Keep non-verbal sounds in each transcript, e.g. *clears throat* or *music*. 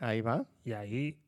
ahí va. Y ahí.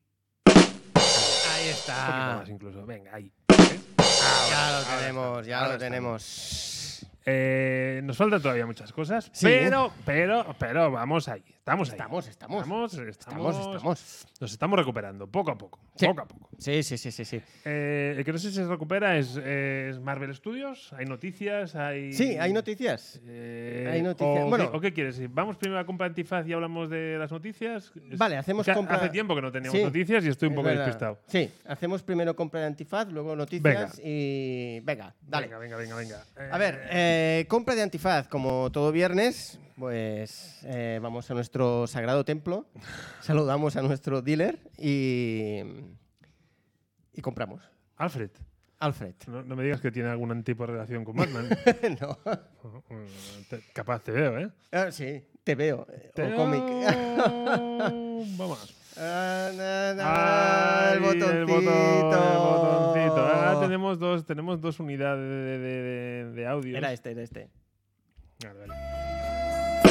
Ahí Un poquito está. más incluso. Venga, ahí. Ya lo Ahora tenemos, está, ya ahora lo está. tenemos. Eh, nos faltan todavía muchas cosas. Sí. Pero, pero, pero vamos ahí. Estamos ahí. Estamos, estamos. Estamos, Estamos, estamos, estamos. Nos estamos recuperando poco a poco. Sí. Poco a poco. Sí, sí, sí, sí, sí. Eh, el que no sé si se recupera es, eh, es Marvel Studios. Hay noticias, hay. Sí, hay noticias. Eh, Hay noticias. O, Bueno. qué, o qué quieres? ¿Vamos primero a compra antifaz y hablamos de las noticias? Es- Vale, hacemos que ha- compra- Hace tiempo que no teníamos Sí, noticias y estoy un Es poco verdad. despistado. Sí, hacemos primero compra de antifaz, luego noticias y. Venga, dale. Venga, venga, venga, venga. Eh, A ver, eh, compra de antifaz, como todo viernes, pues eh, vamos a nuestro sagrado *laughs* templo, saludamos a nuestro dealer y, y compramos. Alfred, *laughs* Alfred. no, no me digas que tiene algún tipo de relación con *laughs* Batman. no. Mm, te- Capaz te veo, ¿eh? Ah, sí, te veo. eh, Te O cómic. *laughs* veo. Vamos. Ah, na, na, Ay, el botoncito. El, botón, el botoncito. Ahora tenemos dos, tenemos dos unidades de, de- de- de audio. Era este, era este. Vale, vale.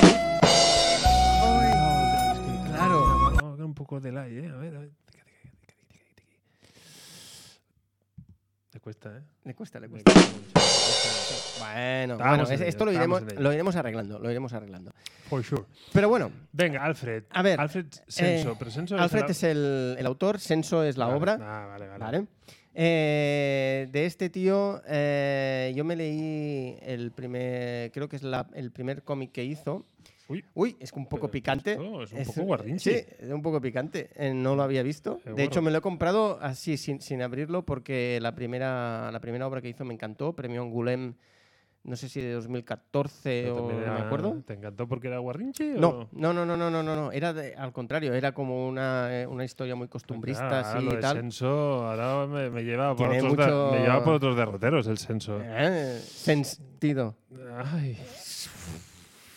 Claro. Vamos a hacer un poco de like, ¿eh? A ver, a ver. Tiqui, tiqui, tiqui, tiqui, tiqui. Te cuesta, ¿eh? Le cuesta, le Me cuesta. cuesta mucho, me cuesta mucho. Bueno, Estábamos bueno, en es- ello, esto lo estábamos iremos, en ello. lo iremos arreglando, lo iremos arreglando. For sure. Pero bueno, Venga, Alfred. A ver, eh, Alfred Senso. pero Senso Alfred la- es el, el autor, Senso es la Vale, obra. Ah, vale, vale. Vale. Eh, de este tío, eh, yo me leí el primer, creo que es la- el primer cómic que hizo. Uy. Uy, es un poco Pero picante. esto es un poco guarrinche. Sí, es un poco picante. Eh, no lo había visto. Seguro. De hecho, me lo he comprado así, sin, sin abrirlo, porque la primera, la primera obra que hizo me encantó. Premio Angulem, no sé si de 2014 Pero o también no me era- acuerdo. ¿Te encantó porque era guarrinche? No, o... no, no, no, no, no, no, no. Era de- al contrario, era como una, eh, una historia muy costumbrista, Ah, así lo y de tal. Senso ahora me, me lleva por Tiene otros de- mucho- me lleva por otros derroteros el Senso. Eh, sentido. Ay.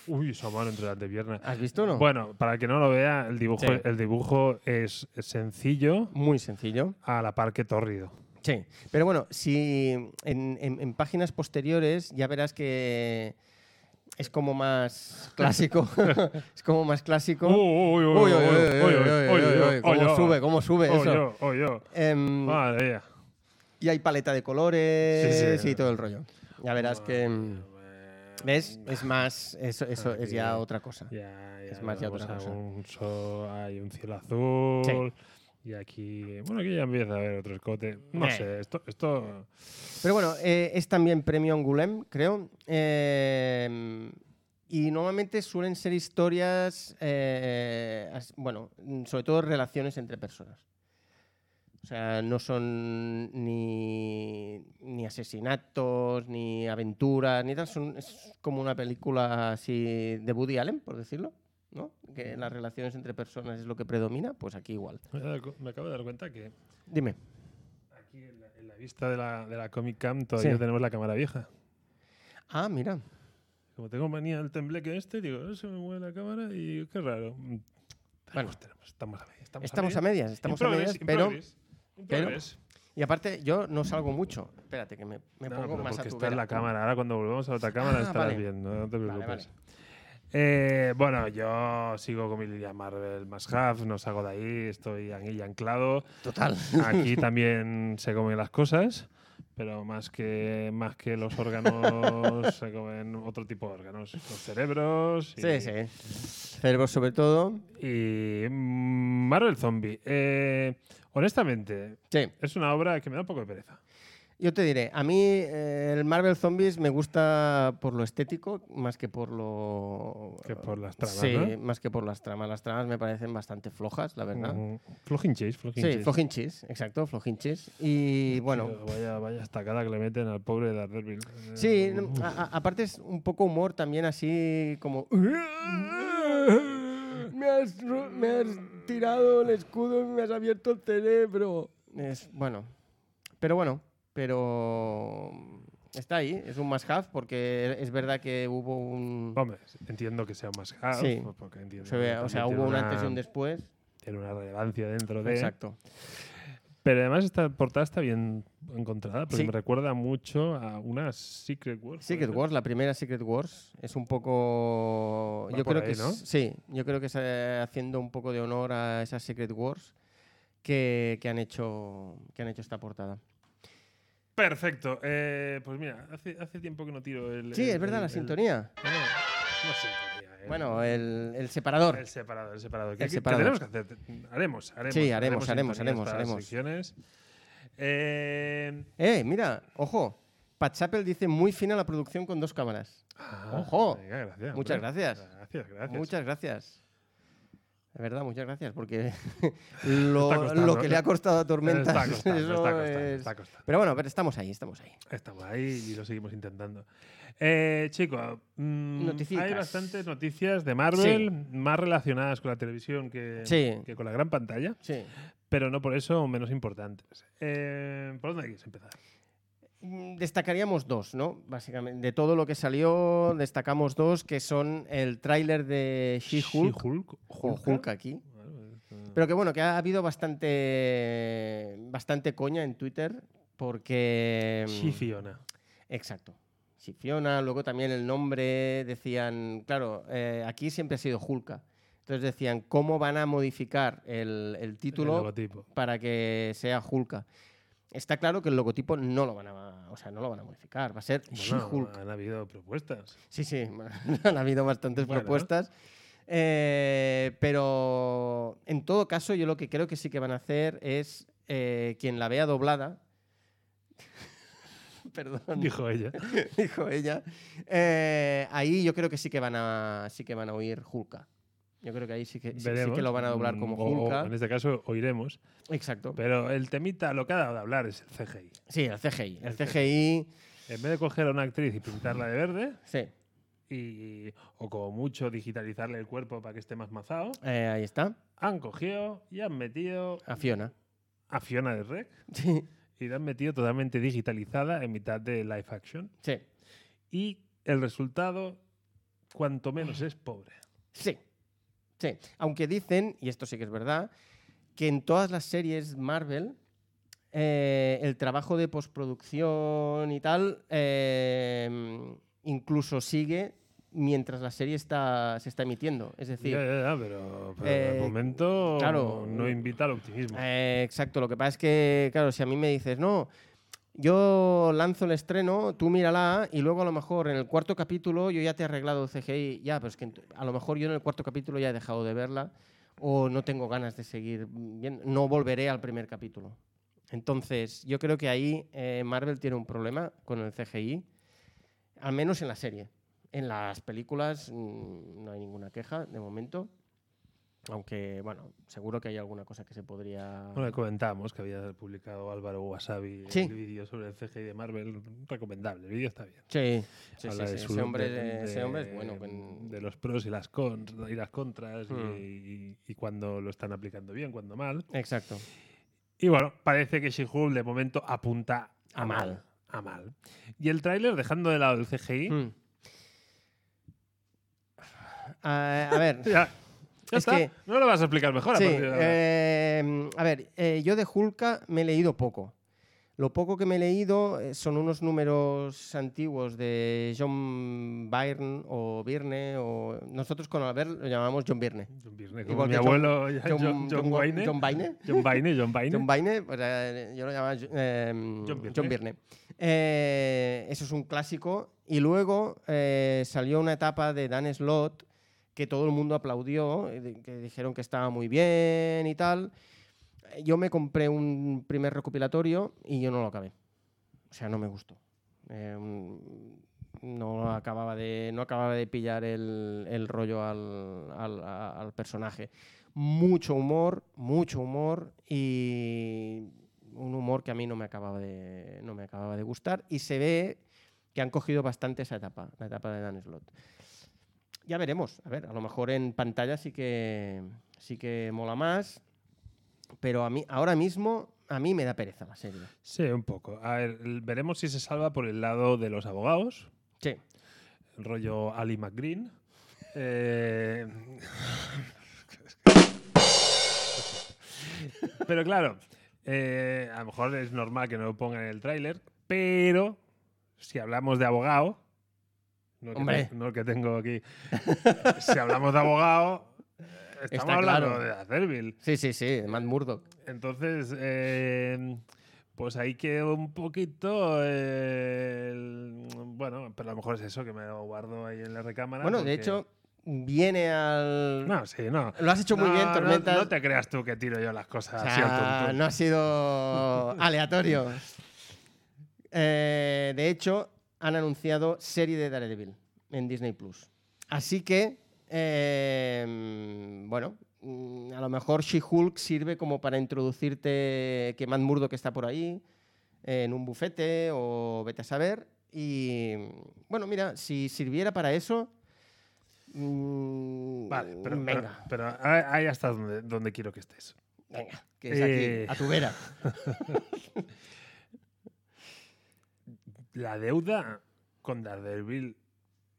Uy, su mano entre las de pierna. ¿Has visto o no? Bueno, para el que no lo vea, el dibujo, Sí. el dibujo es sencillo Muy sencillo. a la par que tórrido. Sí. Pero bueno, si en, en- en páginas posteriores ya verás que es como más *laughs* clásico. es como más clásico. Uy, uy, Uy, uy, uy, uy, uy, uy, uy, ¿Cómo sube? ¿Cómo sube Uy, eso? uy, uy, uy. Em, Madre mía. y hay paleta de colores Sí, sí. y todo el rollo. Ya verás que. mm, ¿Ves? Es más. Eso, eso es ya Aquí. otra cosa. Ya, ya Es más, ya vemos otra cosa. a un sol- hay un cielo azul. Y aquí, bueno, aquí ya empieza a haber otro escote. No Eh. sé, esto, esto Pero bueno, eh, es también premio Angulem, creo. Eh, y normalmente suelen ser historias, eh, as- bueno, mm, sobre todo relaciones entre personas. O sea, no son ni, ni asesinatos, ni aventuras, ni tal. Son, es como una película así de Woody Allen, por decirlo. ¿no? Que las relaciones entre personas es lo que predomina, pues aquí igual. me he dado cu- me acabo de dar cuenta que Dime. aquí en la, en la vista de la, de la Comic Cam todavía Sí. tenemos la cámara vieja. Ah, mira. Como tengo manía del tembleque este, digo, "Ah, se me mueve la cámara y qué raro. Mm, Bueno. tenemos- tenemos- estamos a medias. Estamos, Estamos a medias. medias, estamos In a progress, medias, in pero... progress, in pero- progress. Y aparte, yo no salgo mucho. Espérate, que me, me No, pongo pero más a porque tu está en vera. la cámara. Ahora cuando volvemos a la otra cámara Ah, estarás vale. viendo, no te Vale, preocupes. vale. Eh, bueno, yo sigo con mi línea Marvel más half, no salgo de ahí, estoy aquí anclado. Total. Aquí *laughs* también se comen las cosas, pero más que, más que los órganos, se comen otro tipo de órganos, los cerebros. y- Sí, sí. Cerebro sobre todo. Y mm, Marvel Zombie. Eh, honestamente, Sí. es una obra que me da un poco de pereza. Yo te diré, a mí eh, el Marvel Zombies me gusta por lo estético más que por lo... Que por las tramas, Sí, ¿no? más que por las tramas. Las tramas me parecen bastante flojas, la verdad. Mm, Flojinchis, flojinchis. Sí, flojinchis, exacto, flojinchis. Y bueno, Tío, vaya, vaya estacada que le meten al pobre Daredevil. Sí, Eh, *laughs* no, uf. a- a- aparte es un poco humor también así como... Me has, ro- me has tirado el escudo y me has abierto el cerebro. Es bueno. Pero bueno, pero... Está ahí, es un must have porque es verdad que hubo un... Hombre, entiendo que sea más half, Sí. pues porque entiendo se ve- que o sea, también hubo un tiene antes y un una- después. Tiene una relevancia dentro de. Exacto. Pero además esta portada está bien encontrada, porque Sí. me recuerda mucho a una Secret Wars. Secret ¿puede Wars, la primera Secret Wars, es un poco. Va yo por creo ahí, que es- ¿no? sí, yo creo que es eh, haciendo un poco de honor a esas Secret Wars que, que han hecho que han hecho esta portada. ser? Perfecto. Eh, pues mira, hace, hace tiempo que no tiro el... sí, el- es verdad el- la el- sintonía. No, no, no eh. sintonía. el- bueno, el, el separador. El separado, el separado. ¿Qué, El qué- qué separador. tenemos que hacer? Te- Haremos, haremos. Sí, haremos, haremos, sintonías para haremos, las haremos. secciones. Eh, Eh, mira, ojo. Pat Chappell dice muy fina la producción con dos cámaras. ah, Ojo. venga, gracias, Muchas hombre. gracias. Gracias, gracias. Muchas gracias. De verdad, muchas gracias, *laughs* porque lo, Está costando, lo que le ha costado a Tormentas. *laughs* Está costando, eso está costando, es- está costando. Pero bueno, pero estamos ahí, estamos ahí. Estamos ahí y lo seguimos intentando. Eh, chico, mm, Noticicas. hay bastantes noticias de Marvel más relacionadas con la televisión que, Sí. que con la gran pantalla, Sí. pero no por eso menos importantes. Eh, ¿Por dónde quieres empezar? Mm, Destacaríamos dos, ¿no? Básicamente, de todo lo que salió, destacamos dos, que son el tráiler de She-Hulk, She-Hulk. ¿eh? o Hulka. Hulk aquí, Bueno, esto- pero que bueno, que ha habido bastante, bastante coña en Twitter, porque... mm, She-Fiona. Exacto. Si Fiona, luego también el nombre, decían, claro, eh, aquí siempre ha sido Hulka. Entonces decían, ¿cómo van a modificar el, el El título logotipo. para que sea Hulka? Está claro que el logotipo no lo van a, o sea, no lo van a modificar, va a ser Bueno, She-Hulk. han habido *laughs* propuestas. Sí, sí, han habido bastantes Bueno. propuestas. Eh, pero en todo caso, yo lo que creo que sí que van a hacer es eh, quien la vea doblada. *laughs* Perdón Dijo ella. *laughs* dijo ella. Eh, ahí yo creo que sí que van a sí que van a oír Hulka. Yo creo que ahí sí que, sí- sí Veremos. que lo van a doblar como Mm, o- o Hulka. en este caso oiremos. Exacto. Pero el temita lo que ha dado de hablar es el CGI. Sí, el CGI. El El CGI, En vez de coger a una actriz y pintarla de verde, sí. y, o como mucho digitalizarle el cuerpo para que esté más mazado, Eh, ahí está. han cogido y han metido A Fiona. *laughs* a Fiona del Rec Sí, y la han metido totalmente digitalizada en mitad de live action. sí. Y el resultado, cuanto menos, es pobre. Sí. Sí. Aunque dicen, y esto sí que es verdad, que en todas las series Marvel eh, el trabajo de postproducción y tal eh, incluso sigue mientras la serie está, se está emitiendo. Es decir, Ya, ya, ya, pero, pero Eh, de momento claro. no invita al optimismo. Eh, exacto, lo que pasa es que, claro, si a mí me dices, no, yo lanzo el estreno, tú mírala y luego a lo mejor en el cuarto capítulo yo ya te he arreglado el CGI, ya, pero es que ent- a lo mejor yo en el cuarto capítulo ya he dejado de verla o no tengo ganas de seguir viendo, no volveré al primer capítulo. Entonces, yo creo que ahí eh, Marvel tiene un problema con el CGI, al menos en la serie. En las películas mm, no hay ninguna queja de momento. Aunque, bueno, seguro que hay alguna cosa que se podría. Bueno, comentábamos que había publicado Álvaro Wasabi Sí. el vídeo sobre el CGI de Marvel. Recomendable, el vídeo está bien. Sí, sí, Habla sí, de sí, su- Ese, hombre, de- ese de- hombre es bueno. con- De los pros y las, cons- y las contras y- Hmm. y, y cuando lo están aplicando bien, cuando mal. Exacto. Y bueno, parece que She-Hulk de momento apunta a, A mal. mal. A mal. Y el tráiler, dejando de lado el CGI, Mm. Ah, *laughs* a ver. ya, ya Es está. que- no lo vas a explicar mejor. a Sí, partir de ahora. eh, a ver, eh, yo de Hulka me he leído poco. Lo poco que me he leído eh, son unos números antiguos de John Byrne o Byrne, o nosotros con Albert lo llamamos John Byrne. John Byrne, como igual mi que John- abuelo, ya, John, John- John, John Wa- Wayne. John Wayne. John Wayne, John Wayne. John Byrne, pues, eh, yo lo llamaba eh, John Byrne. John Byrne. Eh, eso es un clásico. Y luego eh, salió una etapa de Dan Slott que todo el mundo aplaudió, eh, de- que dijeron que estaba muy bien y tal. Eh, Yo me compré un primer recopilatorio y yo no lo acabé. O sea, no me gustó. Eh, mm, no acababa de, no acababa de pillar el, el rollo al- al- a- al personaje mucho humor, mucho humor y un humor que a mí no me acababa de, no me acababa de gustar y se ve que han cogido bastante esa etapa, la etapa de Dan Slot. Ya veremos, a ver, a lo mejor en pantalla sí que sí que mola más, pero a mí ahora mismo a mí me da pereza la serie. Sí, un poco. A ver, el- veremos si se salva por el lado de los abogados, Sí, el rollo Ali McGreen. Eh, *laughs* Pero claro, Eh, a lo mejor es normal que no lo pongan en el tráiler, pero si hablamos de abogado, no, el Hombre. Que, no el que tengo aquí, si hablamos de abogado, eh, estamos Está hablando claro. de Daredevil. Sí, sí, sí, Matt Murdock. Entonces, eh, pues ahí quedó un poquito. eh, el- bueno, pero a lo mejor es eso que me lo guardo ahí en la recámara. Bueno, de porque- hecho, viene al. No, sí, no. Lo has hecho muy No, bien, no- Tormentas. No, te creas tú que tiro yo las cosas O así al sea, tuntún. no ha sido aleatorio. Eh, de hecho, han anunciado serie de Daredevil en Disney Plus. Así que, eh, bueno, mm, a lo mejor She-Hulk sirve como para introducirte que Matt Murdock está por ahí eh, en un bufete o vete a saber. Y bueno, mira, si sirviera para eso. mm, Vale, pero, pero- venga, pero ahí hasta donde, donde quiero que estés. venga, que es Eh. aquí, a tu vera. La deuda con Daredevil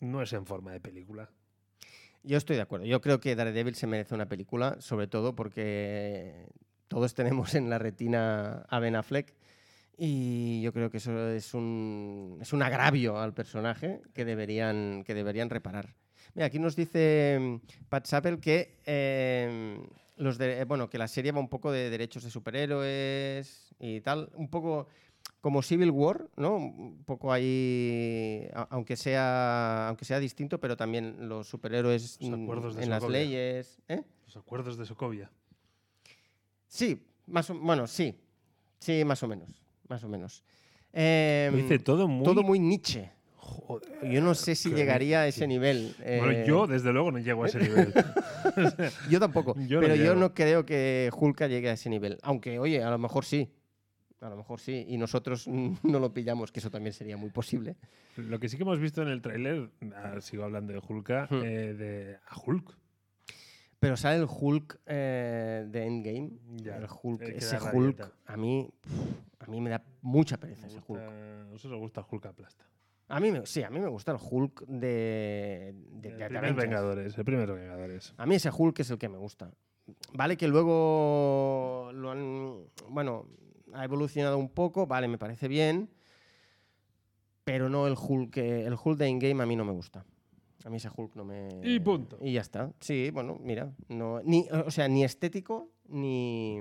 no es en forma de película. Yo estoy de acuerdo. Yo creo que Daredevil se merece una película, sobre todo porque todos tenemos en la retina a Ben Affleck y yo creo que eso es un, es un agravio al personaje que deberían, que deberían reparar. Mira, aquí nos dice mm, Pat Chappell que, eh, los de, eh, bueno, que la serie va un poco de derechos de superhéroes y tal, un poco como Civil War, ¿no? Un poco ahí, a- aunque sea, aunque sea distinto, pero también los superhéroes Los mm, acuerdos de en las Sokovia. leyes. ¿eh? Los acuerdos de Sokovia. Sí, más o, bueno, sí. Sí, más o menos. Más o menos. Eh, Lo hice todo muy. todo muy Nietzsche. Joder. Yo no sé si Qué llegaría a Nietzsche. ese nivel. Bueno, eh, yo desde luego no llego a *laughs* ese nivel. yo tampoco. *laughs* yo no pero yo llego. no creo que Hulka llegue a ese nivel. Aunque, oye, a lo mejor sí. A lo mejor sí. Y nosotros *laughs* mm, no lo pillamos, que eso también sería muy posible. Lo que sí que hemos visto en el tráiler, ah, sigo hablando de Hulk, eh, Hmm. de a Hulk. Pero sale el Hulk eh, de Endgame. Ya, el Hulk, el Eh, que ese da Hulk, rabieta. a mí, pf, a mí me da mucha pereza Me ese gusta- Hulk. A nosotros nos gusta Hulk aplasta. A mí, me- sí, a mí me gusta el Hulk de, de, El de primer Avengers. Vengadores, el primer Vengadores. A mí ese Hulk es el que me gusta. Vale que luego lo han, bueno, ha evolucionado un poco, vale, me parece bien, pero no el Hulk, que- el Hulk de Endgame a mí no me gusta. A mí ese Hulk no me Y punto. Y ya está. Sí, bueno, mira, no ni o sea, ni estético ni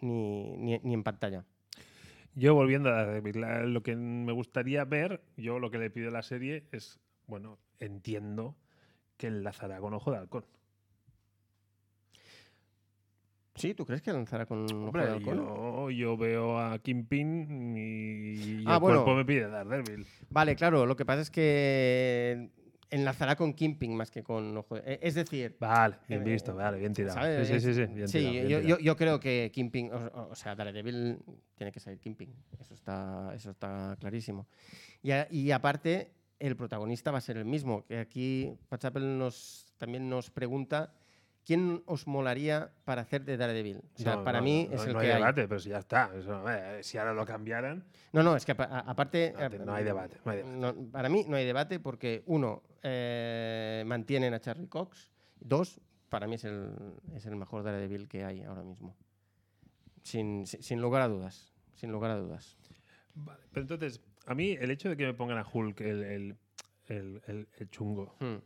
ni, ni, ni en pantalla. Yo volviendo a Daredevil, la- lo que me gustaría ver, yo lo que le pido a la serie es, bueno, entiendo que enlazará con Ojo de Halcón. Sí, ¿tú crees que lanzará con un ojo Hombre, de halcón? Yo, yo veo a Kingpin y, y Ah, el bueno. cuerpo me pide Daredevil. Vale, claro, lo que pasa es que enlazará con Kimping más que con ojo. de- e, Es decir, Vale, bien Eh, visto, vale, bien tirado. ¿Sabes? Sí, sí, sí, sí, bien Sí, tirado, bien yo, tirado. yo- yo creo que Kimping, o, o- o sea, Daredevil tiene que salir Kimping. Eso está, eso está clarísimo. Y, a- y aparte, el protagonista va a ser el mismo. Que aquí Pachapel nos, también nos pregunta quién os molaría para hacer de Daredevil. O sea, No, para no, mí no, es el no que hay hay. debate, pero si ya está. eso, a ver, si ahora lo cambiaran, No, no, es que apa- a- aparte. eh, No, te- no hay debate, no hay debate. no, para mí no hay debate porque, uno, eh, mantienen a Charlie Cox. Dos, para mí es el, es el mejor Daredevil que hay ahora mismo. Sin, sin- sin lugar a dudas. Sin lugar a dudas. Vale, pero entonces, a mí el hecho de que me pongan a Hulk el, el- el- el- el chungo, Hmm.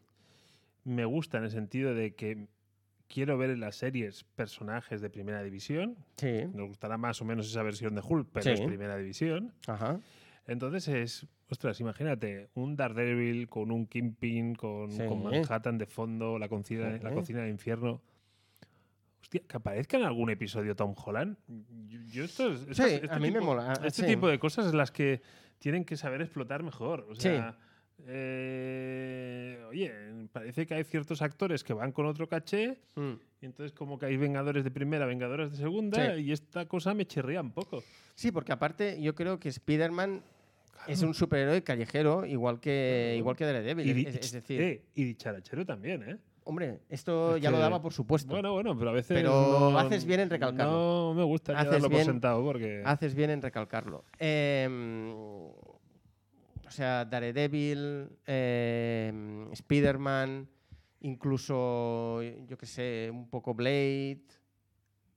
me gusta en el sentido de que quiero ver en las series personajes de primera división. Sí. Nos gustará más o menos esa versión de Hulk, pero es Sí. primera división. Ajá. Entonces es, ostras, imagínate, un Daredevil con un Kingpin, con, Sí. con Manhattan de fondo, la cocina, la Sí. cocina del infierno. Hostia, que aparezca en algún episodio Tom Holland. Yo, yo esto es- estas- Sí, este a mí me tipo- mola, ah, Este sí. tipo de cosas es las que tienen que saber explotar mejor. O Sí. sea, eh, oye, parece que hay ciertos actores que van con otro caché. Hmm. Y entonces como que hay Vengadores de primera, Vengadores de segunda, Sí. y esta cosa me chirría un poco. Sí, porque aparte yo creo que Spider-Man es un superhéroe callejero, igual que, igual que Daredevil. Y, di- es, es decir, eh, y dicharachero también, ¿eh? hombre, esto Es ya lo que- daba por supuesto. Bueno, bueno, pero a veces. Pero no- haces bien en recalcarlo. No me gusta ya Haces darlo por bien- sentado porque. Haces bien en recalcarlo. Em, o sea, Daredevil, em, Spider-Man, incluso, yo qué sé, un poco Blade.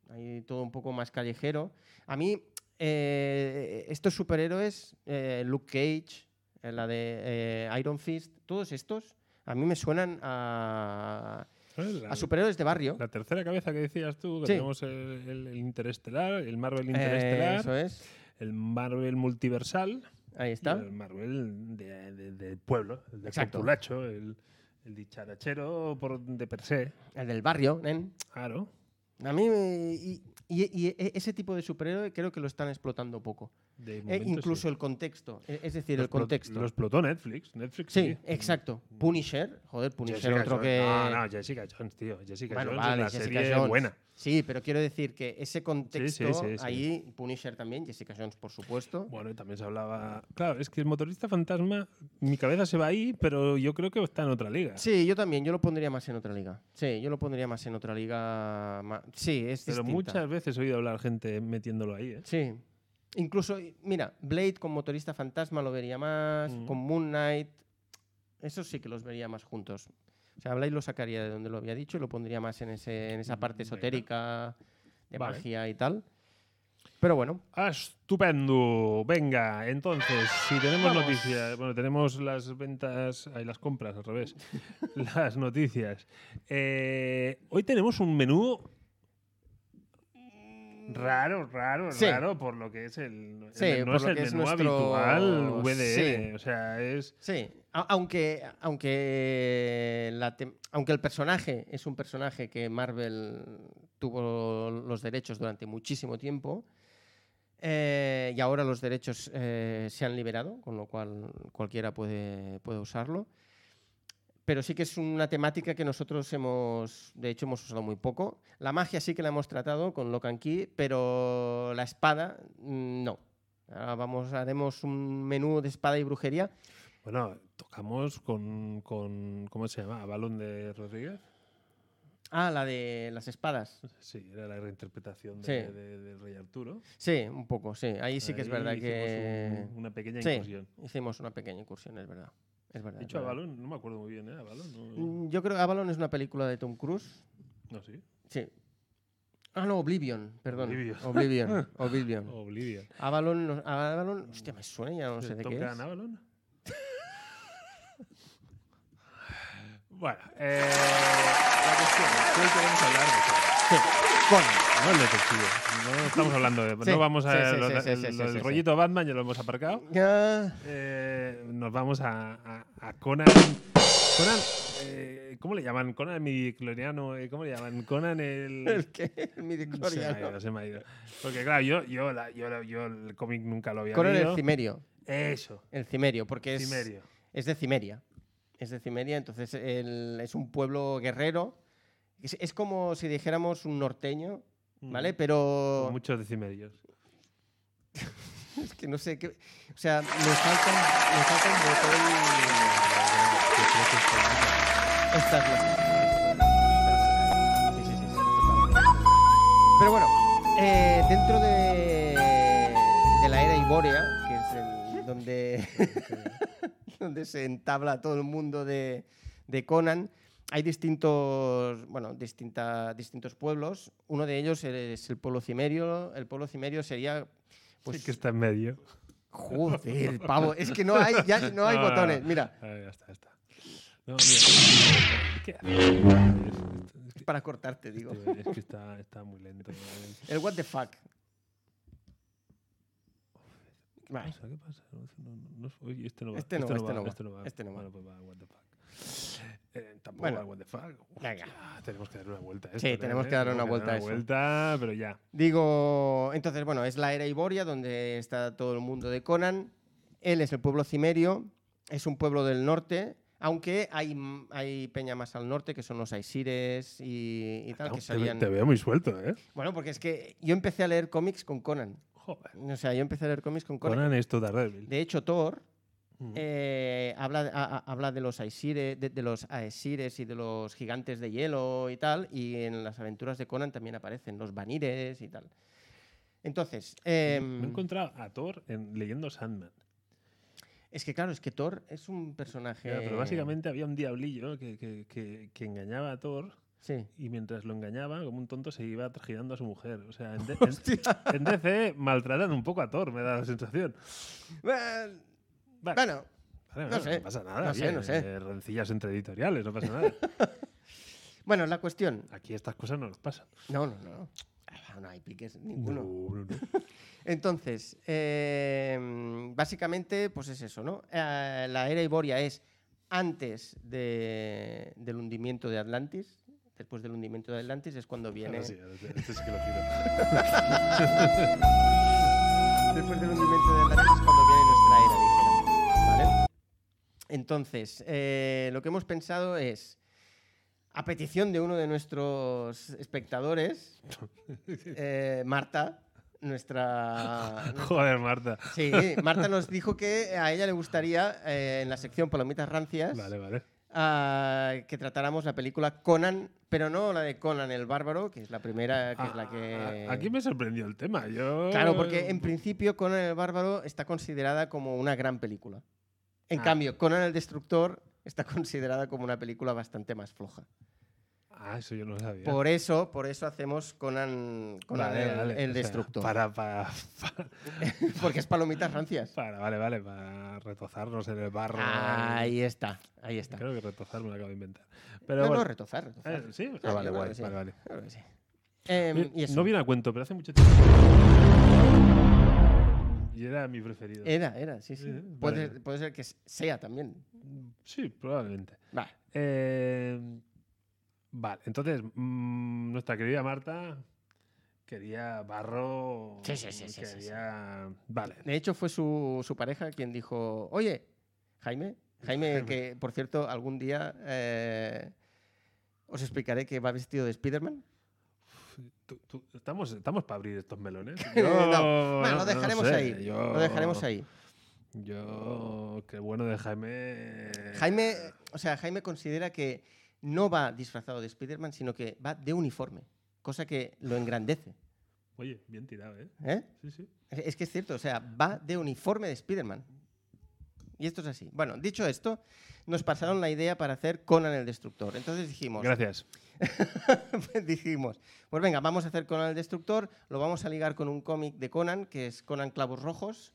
Hay todo un poco más callejero. A mí, eh, estos superhéroes, eh, Luke Cage, eh, la de eh, Iron Fist, todos estos, a mí me suenan a, ¿Sabes? La, a superhéroes de barrio. la tercera cabeza que decías tú, que Sí. tenemos el, el- el interestelar, el Marvel Eh, interestelar, eso es. el Marvel multiversal, Ahí está. el Marvel de, de- del pueblo, el de Exacto. populacho, el, el dicharachero por, de per se, El del barrio, nen. claro. A mí, eh, y, y- y e- ese tipo de superhéroe creo que lo están explotando poco. de E momento, incluso sí. el contexto. e- Es decir, Lo el explot- contexto. Lo explotó Netflix. Netflix Sí, sí. Mm. exacto. Punisher. Joder, Punisher, Jessica otro Jones. que. No, no, Jessica Jones, tío. Jessica Bueno, Jones vale, es una Jessica serie Jones. buena. Sí, pero quiero decir que ese contexto sí, sí. ahí, Punisher también, Jessica Jones, por supuesto. Bueno, y también se hablaba. Claro, es que el motorista fantasma, mi cabeza se va ahí, pero yo creo que está en otra liga. Sí, yo también, yo lo pondría más en otra liga. Sí, yo lo pondría más en otra liga. ma- Sí, es pero distinta. muchas veces he oído hablar gente metiéndolo ahí, ¿eh? Sí. Incluso, mira, Blade con Motorista Fantasma lo vería más, Mm. con Moon Knight. Eso sí que los vería más juntos. O sea, Blade lo sacaría de donde lo había dicho y lo pondría más en, ese, en esa parte Mm, Venga. esotérica, de Vale. magia y tal. Pero bueno, Ah, estupendo. Venga, entonces, si tenemos Vamos. noticias, bueno, tenemos las ventas, hay las compras al *laughs* revés, las noticias. Eh, hoy tenemos un menú raro, raro, Mm. Sí. raro, por lo que es el, el Sí, menú, por es lo el que es menú nuestro- habitual VDE, Sí. o sea, es Sí, a- aunque, aunque, la tem- aunque el personaje es un personaje que Marvel tuvo los derechos durante muchísimo tiempo eh, y ahora los derechos eh, se han liberado, con lo cual cualquiera puede, puede usarlo. Pero sí que es una temática que nosotros hemos, de hecho, hemos usado muy poco. La magia sí que la hemos tratado con Locan Key, pero la espada mm, no. Ahora vamos, haremos un menú de espada y brujería Bueno, tocamos con, con ¿cómo se llama? ¿Balón de Rodríguez? Ah, la de las espadas. Sí, era la reinterpretación Sí. de- de- del Rey Arturo. Sí, un poco, sí. Ahí sí que es Ahí verdad hicimos que un- una pequeña Sí. Ah, incursión. hicimos una pequeña incursión, es verdad. Es verdad. De es hecho, verdad. Avalon, no me acuerdo muy bien, ¿eh? Avalon, no, Mm, Yo creo que Avalon es una película de Tom Cruise. no, sí. Sí. Ah, no, Oblivion, perdón. Oblivion. *laughs* Oh. Oblivion. Oblivion. Oblivion. Avalon, no- Avalon, hostia, me suena, ya no sé de ¿Top qué Gun es. Avalon? bueno, eh, la cuestión es que hoy queremos hablar de eso. Sí, Conan. No el detective. No estamos hablando de... Sí, no vamos a... sí, sí, lo- sí, sí, el- sí, lo sí, del sí, sí. rollito Batman ya lo hemos aparcado. *laughs* Ah, Eh, nos vamos a, a- a Conan. Conan, eh, ¿cómo le llaman? Conan midicloriano, eh, ¿cómo le llaman? Conan el... *laughs* el que el *laughs* se me ha midichloriano. ido, se me ha ido. Porque claro, yo, yo, la- yo, la- yo el cómic nunca lo había Conan el leído. cimerio. Eso, El cimerio, porque es. cimerio. es de Cimeria. Es de Cimeria, entonces el- es un pueblo guerrero. Es, es como si dijéramos un norteño, ¿vale? Mm. Pero Con Muchos de cimerios. es que no sé qué. O sea, nos falta, nos falta un botón. Esta es la- Sí, sí, sí, sí. Pero bueno, eh, dentro de, de la era Iboria, que es el- donde *laughs* donde se entabla todo el mundo de, de Conan. Hay distintos, bueno, distinta- distintos pueblos. Uno de ellos es el pueblo cimerio. El pueblo cimerio sería, pues, Pues que está en medio. joder, pavo. Es que no hay, ya no hay No, no, no. botones. Mira, A ver, ya está, ya está. No, mira. ¿Qué haces? es para cortarte, digo. Este- Es que está, está muy lento. El what the fuck. Vale. ¿Qué pasa? ¿Qué pasa? No, este no- no- no- oye, este no va. Este no va, este no va, Este no va. este no va. Bueno, pues va, what the fuck. Eh, tampoco Bueno. va, what the fuck. Venga. Hostia, tenemos que darle una vuelta a Sí, esto, tenemos ¿eh? que darle una Tenemos vuelta a eso. vuelta, pero ya. Digo, entonces, bueno, es la era Iboria, donde está todo el mundo de Conan. Él es el pueblo cimerio, es un pueblo del norte, aunque hay, m- hay peña más al norte, que son los Aisires y, y tal, No, que te, ve- salían... te veo muy suelto, ¿eh? Bueno, porque es que yo empecé a leer cómics con Conan. Joder. O sea, yo empecé a leer cómics con Conan. Conan es todo Daredevil. De hecho, Thor Mm. eh, habla, a- a- habla de los Aesires, de, de los Aesires y de los gigantes de hielo y tal, y en las aventuras de Conan también aparecen los Vanires y tal. Entonces, Me he em, encontrado a Thor en- leyendo Sandman. es que claro, es que Thor es un personaje. Claro, pero básicamente había un diablillo que, que- que- que engañaba a Thor Sí. y mientras lo engañaba, como un tonto, se iba girando a su mujer. O sea, en, D- *laughs* en- en DC maltratan un poco a Thor, me da la sensación. Bueno, Vale, bueno, vale, no vale, sé. pasa nada. No sé, oye, no sé. eh, rencillas entre editoriales, no pasa *laughs* nada. bueno, la cuestión. Aquí estas cosas no nos pasan. No, no, no. no. Ah, No hay piques ninguno. No, no, no. Entonces, eh, básicamente, pues es eso, ¿no? Eh, la era Iboria es antes de- del hundimiento de Atlantis. Después del hundimiento de Atlantis es cuando viene. Ahora sí, ahora sí, este sí que lo *laughs* giro. Después del hundimiento de Atlantis es cuando viene nuestra era, dijéramos, ¿vale? Entonces, eh, lo que hemos pensado es, a petición de uno de nuestros *laughs* espectadores, eh, Marta, *laughs* nuestra, Joder, Marta. Sí, Marta nos dijo que a ella le gustaría, eh, en la sección Palomitas Rancias, Vale, vale. ah, que tratáramos la película Conan, pero no la de Conan el Bárbaro, que es la primera, que es la que... Ah, Aquí me sorprendió el tema. Yo... Claro, porque en principio Conan el Bárbaro está considerada como una gran película. En Ah. cambio, Conan el Destructor está *laughs* considerada como una película bastante más floja. Ah, eso yo no lo sabía. Por eso, por eso hacemos Conan, Conan Vale, el, vale, el o sea, Destructor. para, para, para, *laughs* Porque es *laughs* Palomitas Rancias. para, vale, vale, para retozarnos en el barro. Ahí está, ahí está. Creo que retozar me lo acabo de inventar. Pero no, bueno. no, retozar, retozar. Eh, ¿Sí? Ah, Ah, yo vale, creo guay. que sí. Vale, vale. Claro que sí. Em, Eh, y eso. No viene a cuento, pero hace mucho tiempo. Y era mi preferido. Era, era, sí, sí. Eh, puede, vale. puede ser que sea también. Sí, probablemente. Va. Eh, vale, entonces, mm, nuestra querida Marta quería barro. Sí, sí, sí, sí, sí, sí. quería- Vale. De hecho, fue su, su pareja quien dijo, oye, Jaime, Jaime, Jaime. que por cierto, algún día eh, os explicaré que va vestido de Spider-Man. Tú- tú- estamos estamos para abrir estos *laughs* melones. No, no- bueno, lo no dejaremos sé, ahí. yo- eh, Lo dejaremos ahí. Yo, qué bueno de Jaime. Jaime, o sea, Jaime considera que no va disfrazado de Spider-Man, sino que va de uniforme, cosa que lo engrandece. Oye, bien tirado, ¿eh? ¿eh? Sí, sí. Es es que es cierto, o sea, va de uniforme de Spider-Man. Y esto es así. Bueno, dicho esto, nos pasaron la idea para hacer Conan el Destructor. Entonces dijimos, Gracias. *laughs* pues *laughs* dijimos, pues venga, vamos a hacer Conan el Destructor, lo vamos a ligar con un cómic de Conan, que es Conan Clavos Rojos,